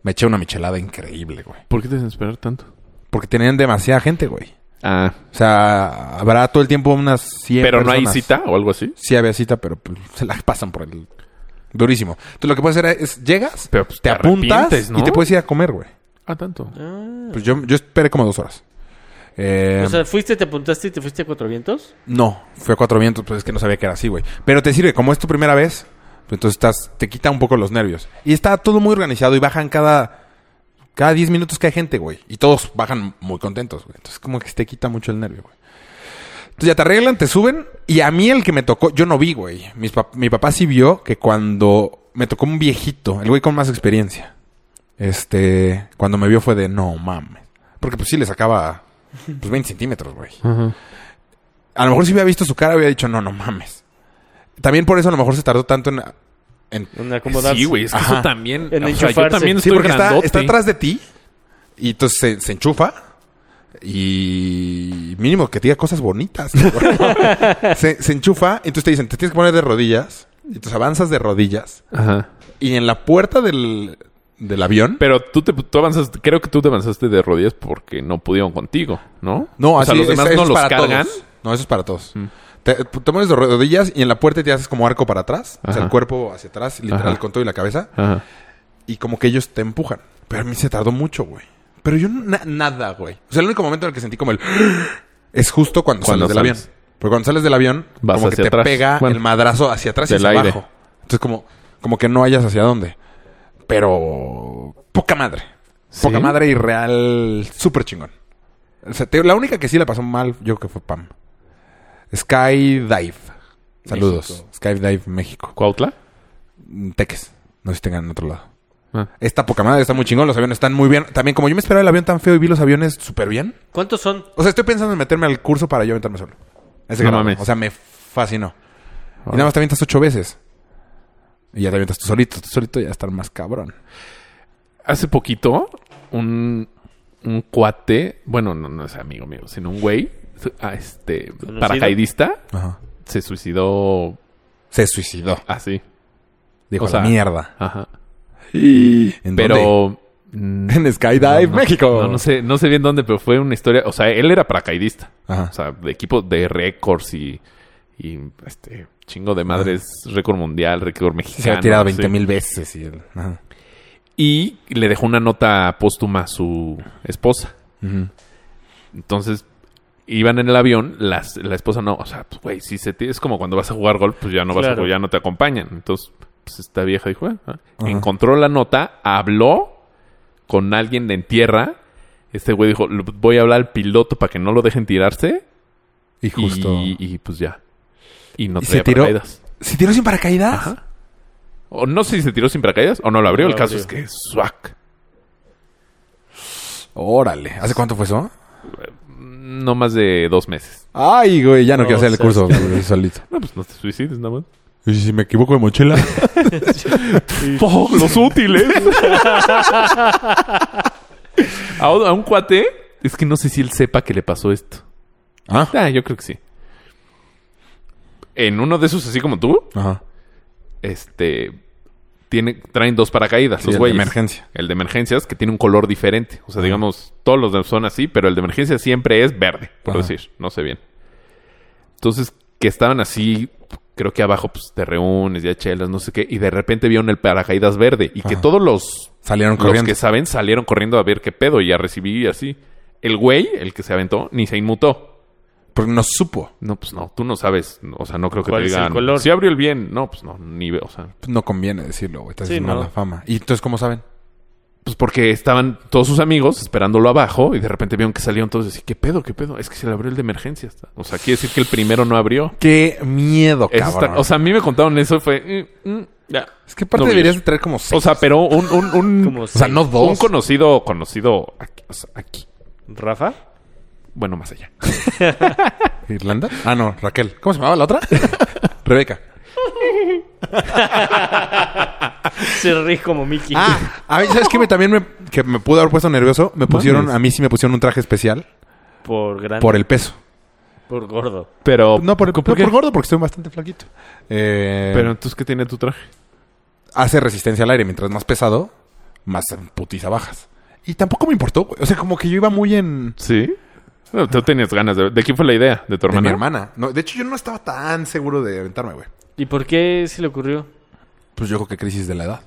Me eché una michelada increíble, güey. ¿Por qué te hacen esperar tanto? Porque tenían demasiada gente, güey. Ah. O sea, habrá todo el tiempo unas 100 ¿Pero no hay personas. cita o algo así? Sí había cita, pero pues, se la pasan por el... Durísimo. Entonces lo que puedes hacer es, llegas, Pero, pues, te, te apuntas arrepientes, ¿no? y te puedes ir a comer, güey. Ah, tanto. Ah. Pues yo, yo esperé como dos horas. Eh, o sea, fuiste, te apuntaste y te fuiste a Cuatro Vientos. no, fue a cuatro vientos, pues es que no sabía que era así, güey. Pero te sirve, como es tu primera vez, pues, entonces estás, te quita un poco los nervios. Y está todo muy organizado y bajan cada... Cada 10 minutos que hay gente, güey. Y todos bajan muy contentos, güey. Entonces como que te quita mucho el nervio, güey. Entonces ya te arreglan, te suben. Y a mí el que me tocó, yo no vi, güey. Mis pap- mi papá sí vio que cuando me tocó un viejito, el güey con más experiencia. Este, cuando me vio fue de no mames. Porque pues sí le sacaba pues 20 centímetros, güey. A lo mejor si hubiera visto su cara, hubiera dicho no, no mames. También por eso a lo mejor se tardó tanto en. en- Donde acomodaste. Sí, güey. Es que Ajá. eso también... En o sea, yo enchufarse. también sí, estoy porque está, grandote. está atrás de ti. Y entonces se, se enchufa. Y mínimo que te diga cosas bonitas. güey. se, se enchufa. Entonces te dicen, te tienes que poner de rodillas. Y entonces avanzas de rodillas. Ajá. Y en la puerta del, del avión. Pero tú, te, tú avanzaste... Creo que tú te avanzaste de rodillas porque no pudieron contigo, ¿no? No, o así sea, los es- demás eso no es los para cargan. Mm. todos. No, eso es para todos. Te, te pones de rodillas y en la puerta te haces como arco para atrás. O sea, Ajá. el cuerpo hacia atrás, literal, Ajá. con todo y la cabeza. Ajá. Y como que ellos te empujan. Pero a mí se tardó mucho, güey. Pero yo na- nada, güey. O sea, el único momento en el que sentí como el... Es justo cuando, Cuando sales del sales. avión. Porque cuando sales del avión, Vas como que hacia te atrás. pega Bueno. el madrazo hacia atrás y Del hacia aire. abajo. Entonces como, como que no hayas hacia dónde. Pero... Poca madre. Poca ¿Sí? madre y real... Súper chingón. O sea, te- la única que sí la pasó mal, yo creo que fue Pam. Skydive. Saludos. Skydive México. ¿Cuautla? Teques. No sé si tengan en otro lado. Ah. Está poca madre, está muy chingón, los aviones están muy bien. También, como yo me esperaba el avión tan feo y vi los aviones súper bien. ¿Cuántos son? O sea, estoy pensando en meterme al curso para yo aventarme solo. Ese No grado. mames. O sea, me fascinó. Y nada más te avientas ocho veces. Y ya te avientas tú solito, tú solito ya estar más cabrón. Hace poquito, un, un cuate, bueno, no, no es amigo mío, sino un güey, su- ah, este, ¿Conocido? paracaidista, Ajá. se suicidó Se suicidó. así. Dijo, O sea, "A la mierda. Ajá. ¿En dónde? Pero. mm, En Skydive, no, México. No, no sé, no sé bien dónde, pero fue una historia. O sea, él era paracaidista. Ajá. O sea, de equipo de récords y. Y este chingo de madres, récord mundial, récord mexicano. se había tirado no 20 sé. mil veces. Y el- Ajá. Y le dejó una nota póstuma a su esposa. Ujú. Entonces, iban en el avión, las, la esposa no, o sea, pues, güey, si se te- es como cuando vas a jugar golf, pues ya no vas a Claro. jugar, ya no te acompañan. Entonces, pues esta vieja dijo, bueno, ah. Ajá. encontró la nota, habló con alguien de en tierra. Este güey dijo, "Lo- voy a hablar al piloto para que no lo dejen tirarse. Y justo. Y, y, pues ya. Y no ¿Y se traía tiró? paracaídas. ¿Se tiró sin paracaídas? Ajá. O no sé si se tiró sin paracaídas o no lo abrió. No el lo caso abrió. es que suac. Órale. ¿Hace cuánto fue eso? No más de dos meses. Ay, güey, ya no, No quiero hacer el seas curso güey, solito. No, pues no te suicides, nada más. ¿Y si me equivoco de mochila? ¡Oh, los útiles! a, un, a un cuate, es que no sé si él sepa que le pasó esto. ah, Ah, yo creo que sí. En uno de esos, así como tú, ajá. este. Tiene, traen dos paracaídas, Sí, el los de güeyes. emergencia. El de emergencias, que tiene un color diferente. O sea, digamos, todos los de- son así, pero el de emergencia siempre es verde, por Ajá. decir. No sé bien. Entonces, que estaban así, creo que abajo, pues te reúnes, ya chelas, no sé qué. Y de repente vieron el paracaídas verde. Y que Ajá. todos los Salieron los corriendo. que saben salieron corriendo a ver qué pedo y a recibir y así. El güey, el que se aventó, ni se inmutó. Porque no supo. No, pues no, tú no sabes. O sea, no creo que ¿Cuál te es el digan. color? Si abrió el bien, no, pues no, ni veo. O sea, Pues No conviene decirlo, güey. Estás Sí, haciendo no. mala fama. ¿Y entonces cómo saben? pues porque estaban todos sus amigos esperándolo abajo y de repente vieron que salieron todos y decían, ¿qué pedo, qué pedo? Es que se le abrió el de emergencia. O sea, quiere decir que el primero no abrió. ¡Qué miedo, Eso cabrón! está- o sea, a mí me contaron eso y fue. mm, mm, ya. es que aparte no vi deberías eso. de traer como seis. O sea, pero un, un, un- Como o O sea, seis. no dos. un conocido, conocido aquí, o sea, aquí. ¿Rafa? Bueno, más allá. ¿Irlanda? Ah, no. Raquel. ¿Cómo se llamaba la otra? Rebeca. Se ríe como Mickey. Ah, a mí, ¿sabes qué? Me, también me, que me pudo haber puesto nervioso. Me pusieron, Mames. a mí sí me pusieron un traje especial Por grande. por Por, el peso. gordo. Pero. No, por, ¿por no qué? por gordo, porque estoy bastante flaquito. Eh, Pero entonces, ¿qué tiene tu traje? hace resistencia al aire. Mientras más pesado, más en putiza bajas. Y tampoco me importó, güey. O sea, como que yo iba muy en... Sí. No, tú tenías ganas de. ¿De quién fue la idea? ¿De De tu hermana? mi hermana. No, de hecho, yo no estaba tan seguro de aventarme, güey. ¿Y por qué se le ocurrió? Pues yo creo que crisis de la edad.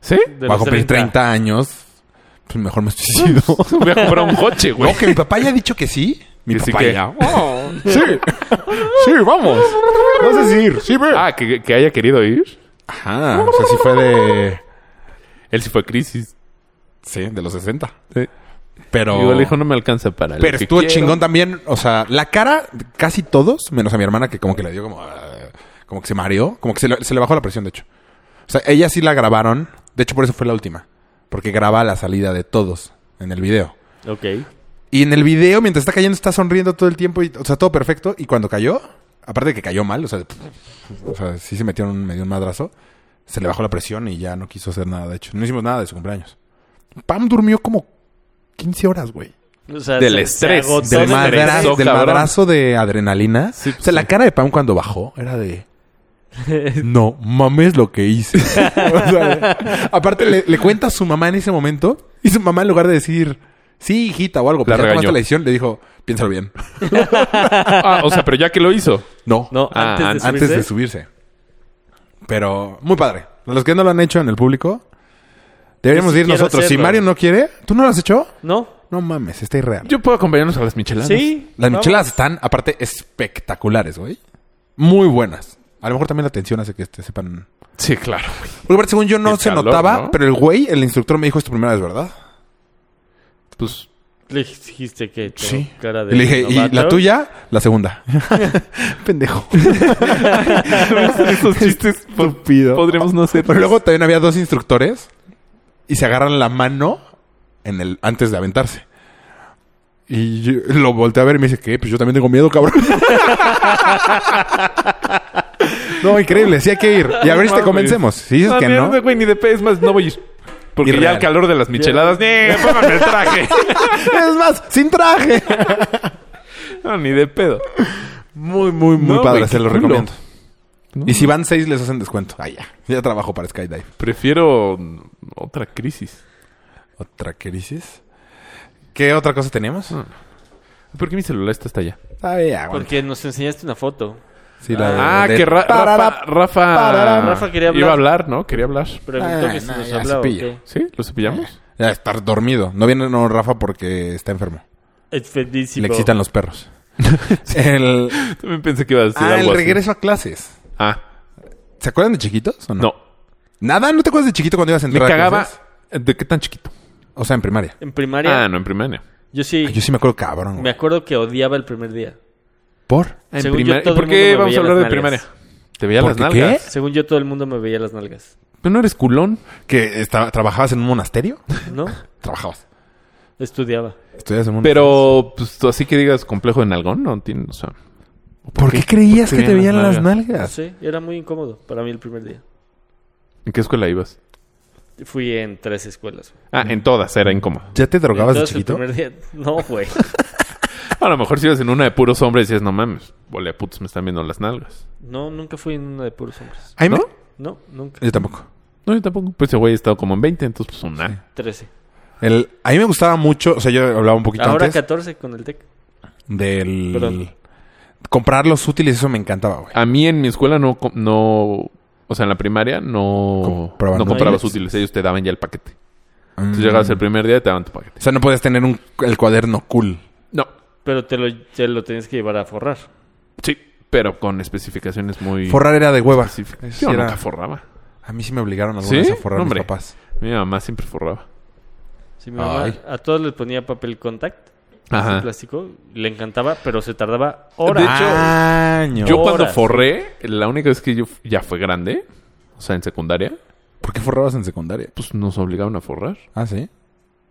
¿Sí? De Voy a los cumplir 30 años. Pues mejor me suicido. Voy a comprar un coche, güey. no, que mi papá ya ha dicho que sí. Mi Pues Que sí papá que- ya. Sí. Sí, vamos. No sé si ir. Sí, ve. Ah, que, que haya querido ir. Ajá. O sea, sí fue de... Él sí fue crisis. Sí, de los 60. Sí. Pero... Igual dijo, no me alcanza para lo Pero que estuvo quiero. chingón también. O sea, la cara, casi todos, menos a mi hermana, que como que le dio como. ah, Como que se mareó. Como que se le, se le bajó la presión, de hecho. O sea, ella sí la grabaron. De hecho, por eso fue la última. Porque graba la salida de todos en el video. Ok. Y en el video, mientras está cayendo, está sonriendo todo el tiempo. Y, o sea, todo perfecto. Y cuando cayó, aparte de que cayó mal, o sea, o sea sí se metió un, medio un madrazo. Se le bajó la presión y ya no quiso hacer nada. De hecho, no hicimos nada de su cumpleaños. Pam durmió como 15 horas, güey. O sea, Del se- se estrés, agotó Del, Todo el madra- estresó, del cabrón. madrazo de adrenalina. Sí, o sea, la sí. cara de Pam cuando bajó era de... No, mames lo que hice. O sea, aparte, le, le cuenta a su mamá en ese momento. Y su mamá, en lugar de decir, sí, hijita o algo, La pero ya tomaste regañó. la decisión, le dijo, piénsalo bien. Ah, o sea, pero ya que lo hizo. No, No, Ah, antes, de an- antes de subirse. subirse. Pero muy padre. A Los que no lo han hecho en el público, deberíamos Yo sí ir quiero nosotros. Si hacerlo. Mario no quiere, ¿tú no lo has hecho? ¿No? No mames, está irreal. Yo puedo acompañarnos a las micheladas. Sí. Las vamos. micheladas están, aparte, espectaculares, güey. Muy buenas. A lo mejor también la tensión hace que te sepan. Sí, claro. Porque aparte, según yo no El se calor, notaba, ¿no? pero el güey, el instructor me dijo esto primera vez, ¿verdad? Pues Le dijiste que tengo Sí. cara de Y le dije, ¿y novato". la tuya? La segunda. Pendejo. esos chistes Estúpido. podríamos no hacer. Pero luego también había dos instructores y se agarran la mano en el, antes de aventarse. Y yo lo volteé a ver y me dice, ¿qué? Pues yo también tengo miedo, cabrón. no, increíble, sí hay que ir. Y a ver si te mames. convencemos. Si dices no, que mierda, no, güey, ni de pe, es más, no voy a ir. Porque ya Irreal. el calor de las micheladas, ni pónganme el traje. es más, sin traje. No, ni de pedo. Muy, muy, muy No, padre, güey, se qué lo culo. recomiendo. No, Y si van seis, les hacen descuento. Ah, ya. Ya trabajo para Skydive. Prefiero mm, otra crisis. Otra crisis. ¿Qué otra cosa tenemos? Mm. ¿Por qué mi celular está hasta allá? Ah, ya, bueno. Porque nos enseñaste una foto. Sí, la Ah, de- que Ra- Rafa, Parará. Rafa, parará. Rafa quería Iba a hablar. hablar, ¿no? Quería hablar. Preguntó Ah, que si no, nos ya, hablaba o cepillo. qué. ¿Sí? ¿Lo cepillamos? Ya, estar dormido. No viene no Rafa porque está enfermo. Expedísimo. Le excitan los perros. el También pensé que iba a decir ah, el algo así. regreso a clases. Ah, ¿Se acuerdan de chiquitos o no? no. Nada, ¿no te acuerdas de chiquito cuando ibas a Me entrar a cagaba. eh, clases? ¿De qué tan chiquito? O sea, en primaria. En primaria, Ah, no, en primaria. yo sí. Ah, Yo sí me acuerdo cabrón. güey. Me acuerdo que odiaba el primer día. ¿Por? En Según yo, primaria- todo ¿Y por el qué mundo me vamos a veía hablar de las primaria? nalgas. Te veía las ¿Por qué nalgas. Según yo, todo el mundo me veía las nalgas. ¿Tú no eres culón? ¿Que estaba, trabajabas en un monasterio? ¿No? Trabajabas. Estudiaba. Estudias en un Pero, pues, tú así que digas complejo de nalgón, no tiene, o sea... ¿Por qué creías ¿Por que qué te veían las nalgas? nalgas? Sí, era muy incómodo para mí el primer día. ¿En qué escuela ibas? Fui en tres escuelas. Ah, en todas, era incómodo. ¿Ya te drogabas de Entonces, el chiquito? primer día... No, güey. A lo mejor si ibas en una de puros hombres y decías, no mames, vole a putos, me están viendo las nalgas. No, nunca fui en una de puros hombres. Ay, me- No, nunca. Yo tampoco. No, yo tampoco. Pues ese güey ha estado como en 20, entonces pues una. Trece. El, a mí me gustaba mucho, o sea, yo hablaba un poquito Ahora antes catorce con el TEC. del Perdón. comprar los útiles, eso me encantaba, güey. A mí en mi escuela no... com- no o sea, en la primaria no, Compraban Mm. no comprabas útiles. útiles. Ellos te daban ya el paquete. Entonces llegabas el primer día y te daban tu paquete. O sea, no podías tener un, el cuaderno cool. No, Pero te lo, te lo tenías que llevar a forrar. sí, pero con especificaciones muy... Forrar era de hueva. específicas. Eso Yo era- nunca forraba. A mí sí me obligaron alguna ¿Sí? vez a forrar No, mis hombre. papás. Mi mamá siempre forraba. Sí, mi mamá Ay. a todos les ponía papel contact. Ajá. Ese plástico. Le encantaba, pero se tardaba De horas. Ah. hecho, Años. Yo cuando Horas. forré, la única vez que yo f- ya fue grande, o sea, en secundaria, ¿Por qué forrabas en secundaria? pues nos obligaban a forrar. Ah, sí.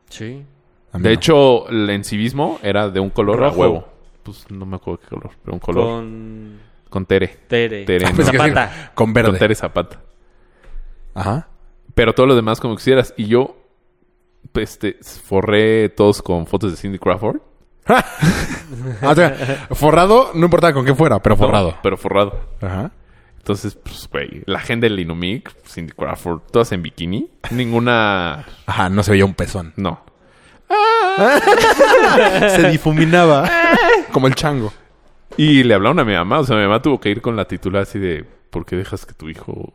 Sí. A mí De no. hecho, el encivismo era de un color Rojo. a huevo. Pues no me acuerdo qué color, pero un color. Con, Con Tere. Tere. pues Tere, Ah, ¿no? pensé que sí, Zapata. con Con verde. Tere Zapata. Ajá. Pero todo lo demás como quisieras. Y yo, pues, este, forré todos con fotos de Cindy Crawford. Ah, o sea, forrado, no importaba con qué fuera, pero forrado. No, pero forrado. Ajá. Entonces, pues, güey, la gente del Inumic, Cindy Crawford, todas en bikini. Ninguna... Ajá, no se veía un pezón. No. Se difuminaba. como el chango. Y le hablaron a mi mamá. O sea, mi mamá tuvo que ir con la titular así de... ¿Por qué dejas que tu hijo...?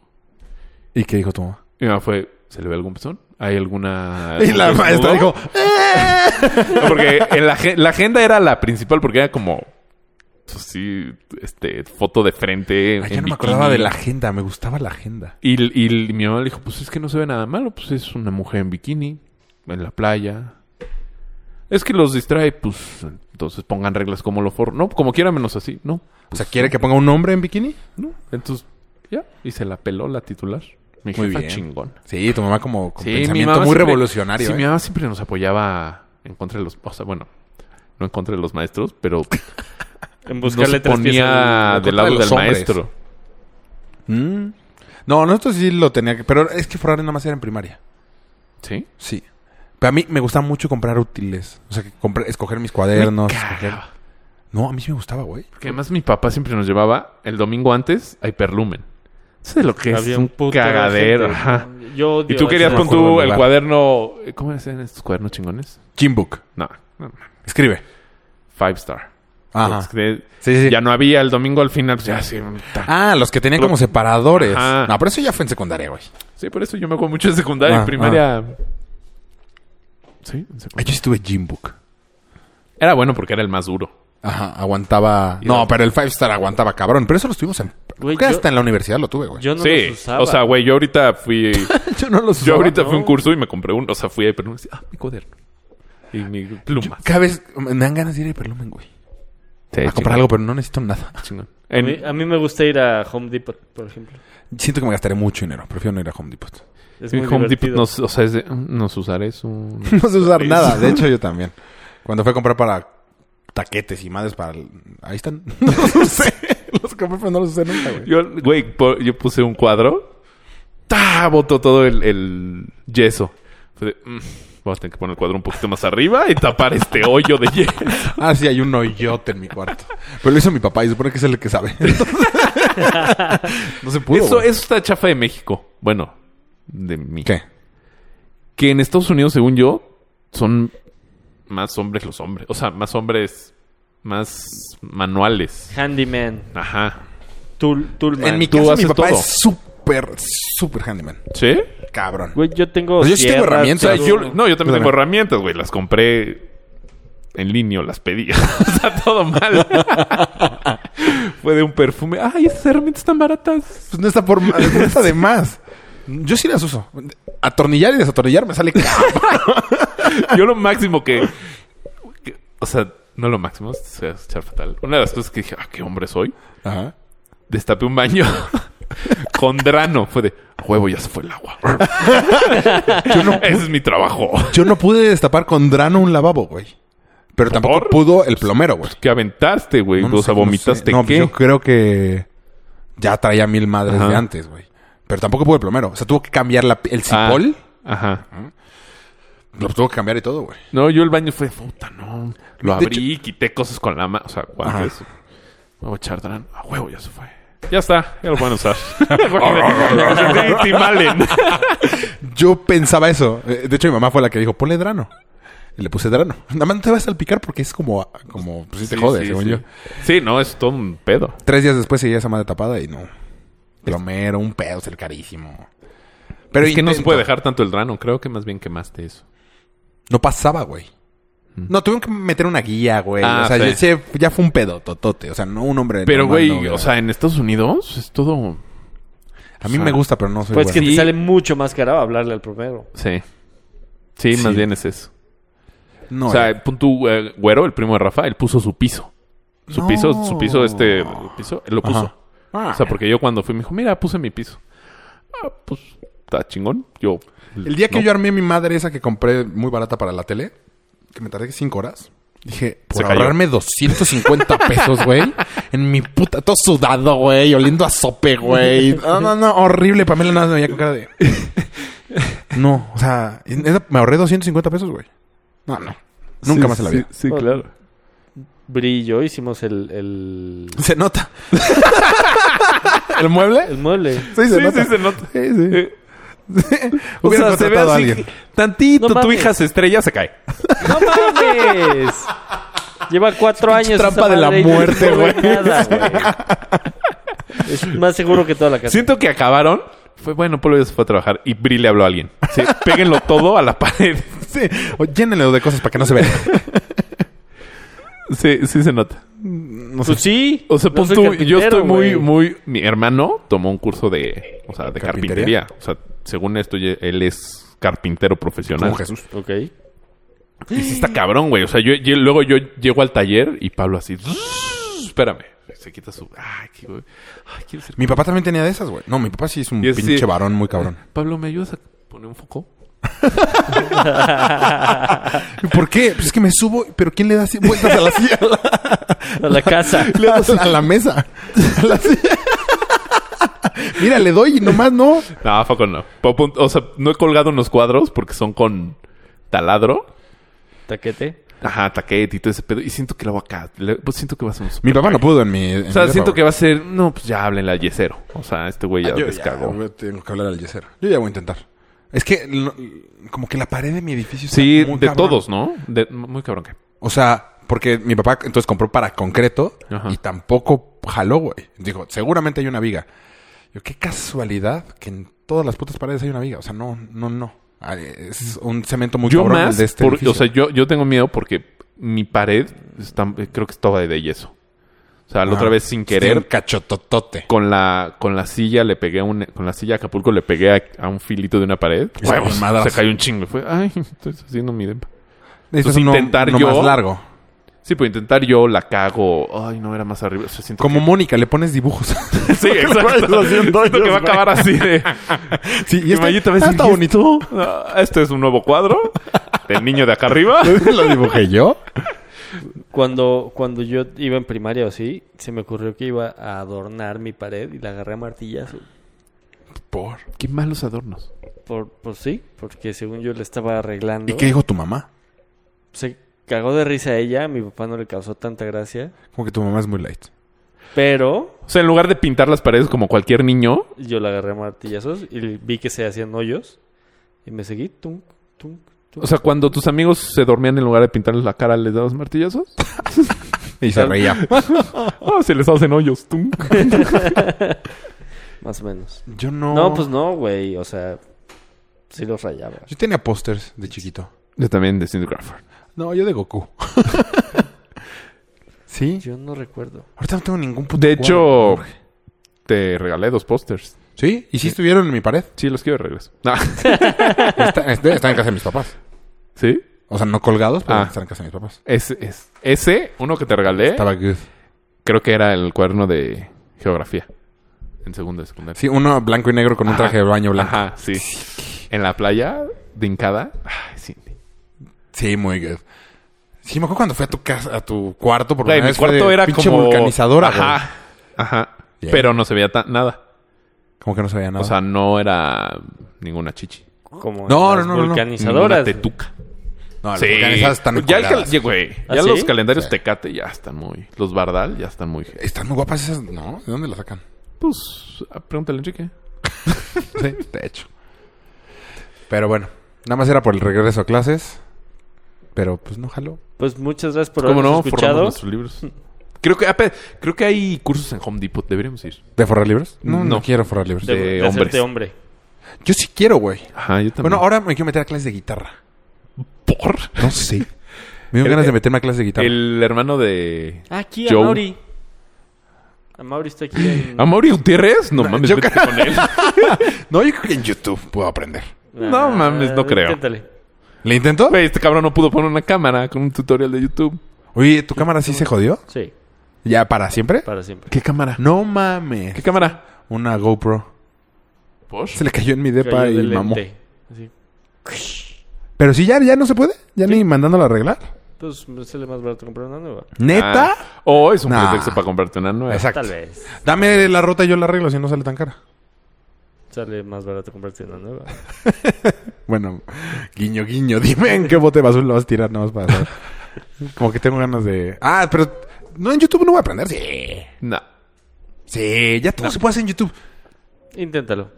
¿Y qué dijo tu mamá? Mi mamá fue... ¿Se le ve algún pezón? ¿Hay alguna...? Y la algún maestra desnudo?" dijo, No, porque en la, agen- la agenda era la principal porque era como... Pues sí, este... Foto de frente. Ay, ya no en me bikini. acordaba de la agenda, me gustaba la agenda. Y, y mi mamá le dijo, pues es que no se ve nada malo, pues es una mujer en bikini, en la playa. Es que los distrae, pues entonces pongan reglas como lo forro. No, como quiera menos así, ¿no? O sea, ¿quiere que ponga un hombre en bikini? No. Entonces, ya. Y se la peló la titular. Mi Muy jefa bien. chingón. Sí, tu mamá como con Sí, mi pensamiento mamá muy siempre- revolucionario. Sí, ¿eh? mi mamá siempre nos apoyaba en contra de los... O sea, bueno, no en contra de los maestros, pero En nos buscarle tres pies ponía al- contra del lado de los del hombres. maestro. Mm. No, nosotros sí lo tenía que... Pero es que forrar nada más era en primaria. ¿Sí? Sí. Pero a mí me gustaba mucho comprar útiles. O sea, que comprar- escoger mis cuadernos. escoger- Cagaba. No, a mí sí me gustaba, güey. Porque además mi papá siempre nos llevaba el domingo antes a Hiperlumen. ¿Sabes lo que es? Había un puto cagadero. de gente. Ajá. Yo Y odio tú eso. querías no con me acuerdo tu del el lugar. cuaderno... eh, ¿Cómo decían estos cuadernos chingones? Chimbook. No. no, no. Escribe. Five Star. Es Ajá. que Sí, sí. Ya no había el domingo al final. pues, ya sí, ta- Ah, los que tenían como separadores. Ajá. No, pero eso ya fue en secundaria, güey. sí, por eso yo me acuerdo mucho de secundaria. Ah, en primaria... Sí, en Ay, secundaria. Yo sí tuve Jimbook. Era bueno porque era el más duro. Ajá, aguantaba. Y No, la- pero el Five Star aguantaba cabrón. Pero eso lo tuvimos en. Güey, Creo que yo- hasta en la universidad lo tuve, güey. Yo no sí. los usaba. O sea, güey, yo ahorita fui... Yo no lo Yo ahorita fui a un ¿no? curso y me compré uno. O sea, fui a Hiperlumen. y decía, Ah, mi cuaderno. Y mi pluma. Cada vez me dan ganas de ir a Hiperlumen, güey. Sí, a comprar algo, pero no necesito nada. chingón. Chingón. a, En- mí, a mí me gusta ir a Home Depot, por ejemplo. Siento que me gastaré mucho dinero. Prefiero no ir a Home Depot. Es en muy Home Depot divertido. nos, o sea, es de, mm, nos usaré su... No sé usar nada. De hecho, yo también. Cuando fui a comprar para taquetes y madres para. el- Ahí están. No los usé. Los compré, pero no los usé nunca, güey. Yo, güey, po- yo puse un cuadro. ¡Ta! Botó todo el, el yeso. Fue de, mm, vamos a tener que poner el cuadro un poquito más arriba y tapar este hoyo de yeso. Ah, sí, hay un hoyote en mi cuarto. Pero lo hizo mi papá y supone que es el que sabe. no se pudo. Eso, eso güey. está chafa de México. Bueno, de mí. ¿Qué? Que en Estados Unidos, según yo, son más hombres los hombres. O sea, más hombres, más manuales. Handyman. Ajá. Tool, Toolman. En mi Tú caso, mi haces papá todo. es súper, súper handyman. ¿Sí? Cabrón. Güey, yo tengo. Pues yo sí tengo sierras, O sea, herramientas. tengo- yo, no, yo también Yo también. tengo herramientas, güey. Las compré en línea, las pedí. o sea, todo mal. Fue de un perfume. Ay, esas herramientas tan baratas. Pues no está por no está de más. Yo sí las uso. Atornillar y desatornillar me sale cabrón. Yo lo máximo que, que- O sea, no lo máximo, o sea, es echar fatal. Una de las cosas que dije, ah, qué hombre soy. Ajá. Destapé un baño con drano. Fue de, "A huevo, ya se fue el agua. Ese es mi trabajo. Yo no pude destapar con drano un lavabo, güey. Pero tampoco ¿Por? pudo el plomero, güey. ¿Qué aventaste, güey? No, no o sé, sea, no sé. vomitaste No, pues qué. yo creo que ya traía mil madres Ajá. de antes, güey. Pero tampoco pudo el plomero. O sea, tuvo que cambiar la- el Ah, cipol. Ajá. Lo tuvo que cambiar y todo, güey. No, yo el baño fue de puta, no. Lo De abrí, quité cosas con la mano. O sea, guantes. Me voy a echar drán. A huevo, ya se fue. Ya está, ya lo pueden usar. Oh, Güey, Tim Allen. Yo pensaba eso. Eh, De hecho, mi mamá fue la que dijo, ponle drano. Y le puse drano. Nada más no te vas a salpicar porque es como... como pues sí te jode, Sí, según sí. yo. Sí, no, es todo un pedo. Tres días después seguía esa madre tapada y no. Plomero, un pedo, es el carísimo. Pero es que no se intento. puede dejar tanto el drano. Creo que más bien quemaste eso. No pasaba, güey. No, tuvieron que meter una guía, güey. Mm. Ah, o sea, sí. ya, se- ya fue un pedo, totote. O sea, no un hombre. Pero, normal, güey, no, güey. o sea, en Estados Unidos es todo. A mí o sea, me gusta, pero no soy Pues que bueno. te sale mucho más caro hablarle al primero. Sí. Sí, Sí. más bien es eso. No, o sea, eh. pon tu eh, güero, el primo de Rafa, él puso su piso. Su No. piso, su piso, este el piso, él lo puso. Ajá. Ah, O sea, porque yo cuando fui me dijo, mira, puse mi piso. Ah, pues, está chingón. Yo. El día que no. yo armé mi madre esa que compré muy barata para la tele, que me tardé cinco horas, dije, por Se cayó. ahorrarme 250 pesos, güey, en mi puta, todo sudado, güey, oliendo a sope, güey. No, no, no, horrible. Pamela nada más me veía con cara de... No, o sea, en esa me ahorré 250 pesos, güey. No, no. Nunca Sí, más en la sí, vida. Sí, claro. Brillo, hicimos el, el, Se nota. ¿El mueble? el mueble. Sí, Sí, sí, se nota. Eh, Sí, sí. O Hubieran sea, se ve contratado a así alguien. que Tantito, No tu mames. hija se estrella, se cae. ¡No mames! Lleva cuatro años. esa trampa de la madre y no muerte, se ve güey. nada, güey. Es más seguro que toda la casa. Siento que acabaron. Fue bueno, Polo ya se fue a trabajar y Bri le habló a alguien. Sí, péguenlo todo a la pared. Sí. O llénenlo de cosas para que no se vea. Sí, sí se nota. No sé. Pues sí. O sea, no pon soy tú, yo carpintero, estoy muy, güey. muy. Mi hermano tomó un curso de, o sea, de ¿Carpintería? carpintería. O sea, según esto, ye- él es carpintero profesional. Como Jesús. Ok. Y sí está cabrón, güey. O sea, yo, yo- luego yo llego al taller y Pablo así. Espérame. Se quita su. Ay, qué güey. Ay, quiero ser. Mi papá también tenía de esas, güey. No, mi papá sí es un Y es- pinche sí. varón muy cabrón. Pablo, ¿me ayudas a poner un foco? ¿Por qué? Pues es que me subo, pero ¿quién le da así vueltas a la silla? A la casa. Le das a la mesa. A la silla. Mira, le doy y nomás no. No, foco no. Po- pon- O sea, no he colgado unos cuadros porque son con taladro. Taquete. Ajá, taquete y todo ese pedo. Y siento que la voy a ca- le- Pues siento que va a ser un super Mi papá no pudo en mi. en O sea, mi siento depa, que va a ser. No, pues ya háblenle al yesero. O sea, este güey ya Ah, Yo descargó. ya tengo que hablar al yesero. Yo ya voy a intentar. Es que lo- como que la pared de mi edificio está Sí, muy de cabrón. todos, ¿no? De- muy cabrón que. O sea, porque mi papá entonces compró para concreto Ajá. y tampoco jaló, güey. Dijo, seguramente hay una viga. Yo, qué casualidad que en todas las putas paredes hay una viga. O sea, no, no, no. Ah, Es un cemento muy Yo cabrón el más. de este por- edificio. o sea, yo, yo tengo miedo porque mi pared está- creo que es toda de yeso. O sea, la otra Ah, vez sin tiene un querer. cachototote. Con la, con la silla le pegué a un, con la silla de Acapulco le pegué a, a un filito de una pared. Y se Huevos, quemadas. se cayó un chingo. Fue, ay, estoy haciendo mi depa. Necesitas Entonces, uno- pues intentar uno yo- más largo. Sí, pero intentar yo la cago. Ay, no, era más arriba. O sea, siento Como Mónica, le pones dibujos. que... Sí, exacto. Siento que va a acabar así de... sí, Y este- Mayita va a ah, decir, está "¿Y bonito. esto? Ah, Este es un nuevo cuadro del niño de acá arriba. ¿Lo dibujé yo? Cuando, cuando yo iba en primaria o así, se me ocurrió que iba a adornar mi pared y la agarré a martillazo. Por. Qué malos adornos. Por, por sí, porque según yo le estaba arreglando. ¿Y qué dijo tu mamá? Se cagó de risa a ella. Mi papá no le causó tanta gracia. Como que tu mamá es muy light. Pero O sea, en lugar de pintar las paredes como cualquier niño, yo la agarré a martillazos y vi que se hacían hoyos. Y me seguí. Tunk, tunk, tunk. o sea, cuando tus amigos se dormían en lugar de pintarles la cara, ¿les dabas martillazos? Y se reía. Ah, se les hacen hoyos. tum. Más o menos. Yo no. No, pues no, güey. O sea, sí los rayaba. Yo tenía pósters de chiquito. Yo también de Cindy Crawford. No, yo de Goku. ¿Sí? Yo no recuerdo. Ahorita no tengo ningún puto. De hecho, cuadro. te regalé dos pósters. ¿Sí? ¿Y si estuvieron en mi pared? Sí, los quiero de regreso. Ah, Está- est- Están en casa de mis papás. ¿Sí? O sea, no colgados, pero Ah. están en casa de mis papás. Ese, es- ese, uno que te regalé, Estaba good. creo que era el cuaderno de geografía. En segundo de secundaria. Sí, uno blanco y negro con un Ajá. traje de baño blanco. Ajá, sí. En la playa de Incada. Ay, Cindy. Sí, muy good. Sí, me acuerdo cuando fui a tu casa, a tu cuarto por Güey, primera mi vez. fue cuarto de era pinche como... vulcanizadora, Ajá. güey. Ajá. Yeah. Pero no se veía ta- nada. Como que no se veía nada. O sea, no era ninguna chichi. Como No, en las no, no, no, no. vulcanizadoras. Ninguna tetuca. no, las vulcanizadas están ya, el cal- colgadas. ya, güey, ¿Ah, ya sí? los calendarios Sí. Tecate ya están muy... Los Bardal ya están muy... Están muy guapas esas, ¿no? ¿De dónde las sacan? Pues, ah, pregúntale a Enrique. Sí, de hecho. Pero bueno, nada más era por el regreso a clases. Pero pues no jaló. Pues muchas gracias por ¿Cómo habernos no? Forramos escuchado. nuestros libros. Creo que, ah, pe- creo que hay cursos en Home Depot. Deberíamos ir. ¿De forrar libros? No, no, No. quiero forrar libros. De, de de hacerte hombre. hombres. Yo sí quiero, güey. Ajá, yo también. Bueno, ahora me quiero meter a clases de guitarra. ¿Por? No sé. Me dio El- ganas de meterme a clases de guitarra. El hermano de... Aquí, Joe. Amaury. Amaury está aquí en... ¿A Mauri Gutiérrez? No No, mames, yo vete creo- con él. No, yo creo que en YouTube puedo aprender. Ah, No mames, no creo. Inténtale. ¿Le intento? Güey, este cabrón no pudo poner una cámara con un tutorial de YouTube. Oye, ¿tu cámara sí se jodió? Sí, ¿Ya para siempre? para siempre. ¿Qué cámara? No ¿Qué mames. cámara? Una GoPro. ¿Por? Se le cayó en mi Cayó depa de y lente. mamó. Así. Pero sí, ya, ya no se puede. Ya ni mandándola a arreglar. Pues me sale más barato comprar una nueva. ¿Neta? O Ah, oh, es un Nah. pretexto para comprarte una nueva. Exacto. Tal vez. Dame la ruta y yo la arreglo si no sale tan cara. Sale más barato comprarte una nueva. Bueno, guiño, guiño, dime en qué bote de basura lo vas a tirar nada más para saber. Como que tengo ganas de. Ah, pero. No, en YouTube no voy a aprender. Sí. No. Sí, ya todo se puede hacer en YouTube. Inténtalo.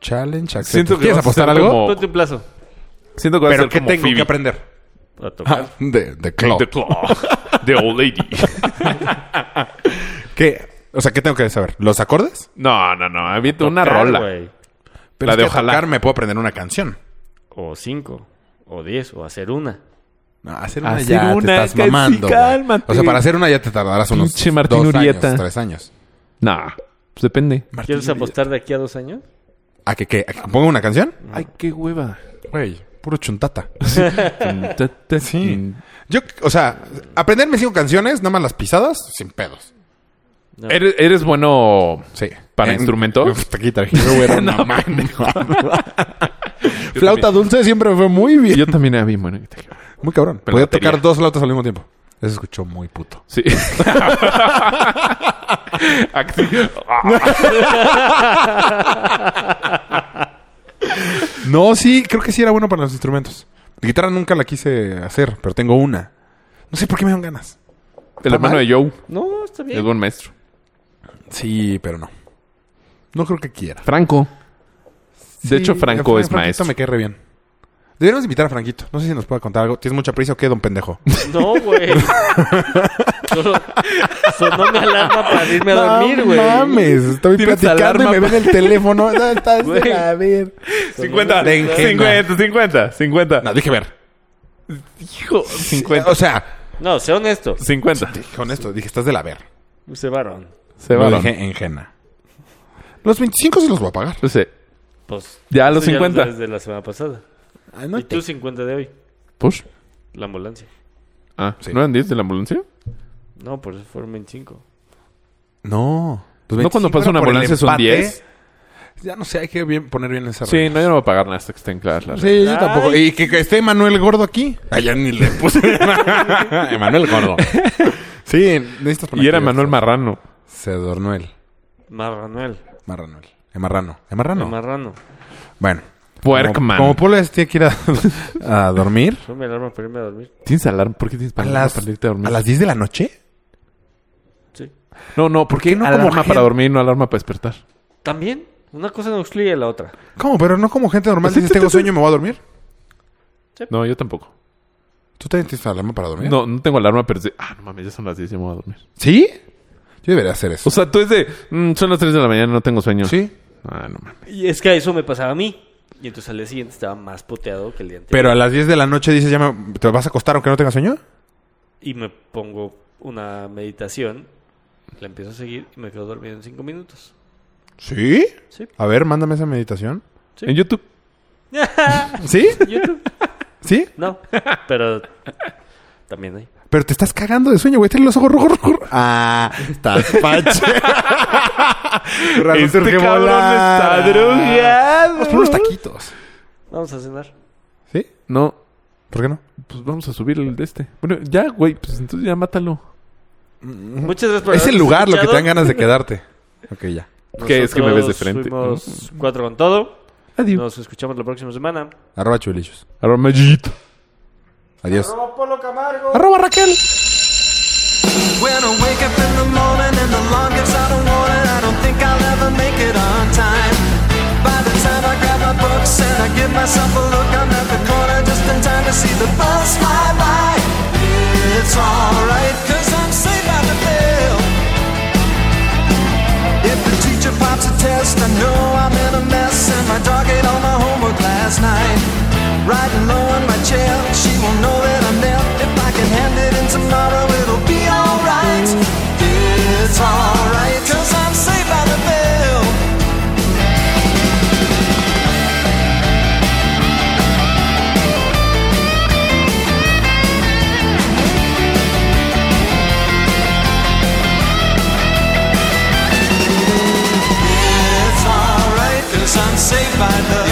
Challenge, accept. Siento que ¿Quieres vas a apostar ser algo? como- Oh. Ponte un plazo. Siento que va a Pero ser ¿qué como tengo Phoebe. que aprender? Ah, A tocar. De, de Claw. The Claw. The Old Lady. ¿Qué? O sea, ¿qué tengo que saber? ¿Los acordes? No, no, no. Había una Tocar, rola. güey. Pero La es de que a ojalá. tocar me puedo aprender una canción. O cinco. O diez. O hacer una. No, hacer una Hacer ya una, te estás que sí, mamando. güey. cálmate. O sea, para hacer una ya te tardarás unos Pinche Martín dos Urieta. años, tres años. Nah. Pues depende. Martín ¿Quieres Urieta. apostar de aquí a dos años? ¿A que, qué? ¿A que ponga una canción? Ay, qué hueva. Güey, puro chuntata. sí. Yo, o sea, aprenderme cinco canciones, nada más las pisadas, sin pedos. No. ¿Eres, eres bueno Sí. para En- instrumentos? Uf, te quita el giro, güey, era una No, madre. Flauta dulce siempre me fue muy bien. Yo también era bien bueno. en guitarra. Muy cabrón. Pero Podía batería. tocar dos flautas al mismo tiempo. Eso escuchó muy puto. Sí. Axi- No, sí, creo que sí era bueno para los instrumentos. Guitarra nunca la quise hacer, pero tengo una. No sé por qué me dan ganas. El hermano mal? de Joe No, está es bien. buen maestro. Sí, pero no. No creo que quiera. Franco. De hecho, Sí, Franco Fra- es Franquito maestro. me cae re bien. Deberíamos invitar a Franquito. No sé si nos puede contar algo. ¿Tienes mucha prisa o qué, don pendejo? No, güey. Solo sonó mi alarma para irme a dormir, güey. No mames, estoy Tienes platicando y alarma me ven el teléfono. No, estás Güey. a ver. 50, De enjena. 50, 50, 50. No, dije ver. Hijo, 50. O sea, No, sé honesto. 50. dije honesto, dije, estás de la ver. Se varón. Se va. Lo dije enjena. Los 25 se los voy a pagar. Pues. Ya a los eso 50. desde la semana pasada. Ah, no y tú 50 de hoy. Push. La ambulancia. Ah, Sí. ¿no eran 10 de la ambulancia? No, por eso fueron 25. No. Los ¿No cuando 25 pasa era una por el ambulancia son empate. 10? Ya no sé, hay que bien- poner bien esa Sí, regla. no, yo no voy a pagar nada hasta que estén claras las Sí, yo Ay. tampoco. Y que, que esté Manuel Gordo aquí. Allá ni le puse. Emanuel Gordo. sí, necesitas reglas. Y era aquí Manuel esas. Marrano. Sedornuel. Marranuel. Marranuel. Emarrano. Emarrano. El marrano. bueno. Puerkman. Como, como Polo es tiene que ir a, a dormir. Fue mi alarma para irme a dormir. ¿Tienes alarma? ¿Por qué tienes alarma para irte a dormir? a las 10 de la noche. Sí. No, no, ¿por qué no no como alarma gente? para dormir no alarma para despertar? También. Una cosa no excluye a la otra. ¿Cómo? Pero no como gente normal. Dices, tengo sueño y me voy a dormir. No, yo tampoco. ¿Tú también tienes alarma para dormir? No, no tengo alarma, pero... es de, Ah, no mames, ya son las 10 y me voy a dormir. ¿Sí? Yo debería hacer eso. O sea, tú es de... mm, son las 3 de la mañana, no tengo sueño. sí. Ah, no mames. Y es que eso me pasaba a mí. Y entonces al día siguiente estaba más poteado que el día anterior. Pero a las 10 de la noche dices, ya me- ¿te vas a acostar aunque no tengas sueño? Y me pongo una meditación. La empiezo a seguir y me quedo dormido en 5 minutos. Sí. Sí. A ver, mándame esa meditación. Sí. En YouTube. ¿Sí? YouTube. ¿Sí? No. Pero también hay. Pero te estás cagando de sueño, güey. Tienes los ojos rojos, rojos. Ah, estás pache. Este cabrón está drogado. Vamos por unos taquitos. Vamos a cenar. ¿Sí? No, ¿Por qué no? pues vamos a subir el de este. Bueno, ya, güey, pues entonces ya mátalo. Muchas gracias por es el habernos lugar lo que te dan escuchado. ganas de quedarte. ok, ya. Que es que me ves de Nosotros frente. Fuimos cuatro con todo. Adiós. Nos escuchamos la próxima semana. Arroba chubilillos. Ahora, Mayito. Adiós. Arroba Raquel. When I wake up in the morning and the alarm gets out of warning, I don't think I'll ever make it on time. By the time I grab my books and I give myself a look, I'm at the corner just in time to see the bus fly by. It's alright, cause I'm safe out of bail. If the teacher pops a test, I know I'm in a mess, and my dog ate all my homework last night. Riding low on my chair, she won't know that I'm there. If I can hand it in tomorrow, it'll be alright. It's alright, cause I'm safe by the bell. It's alright, cause I'm safe by the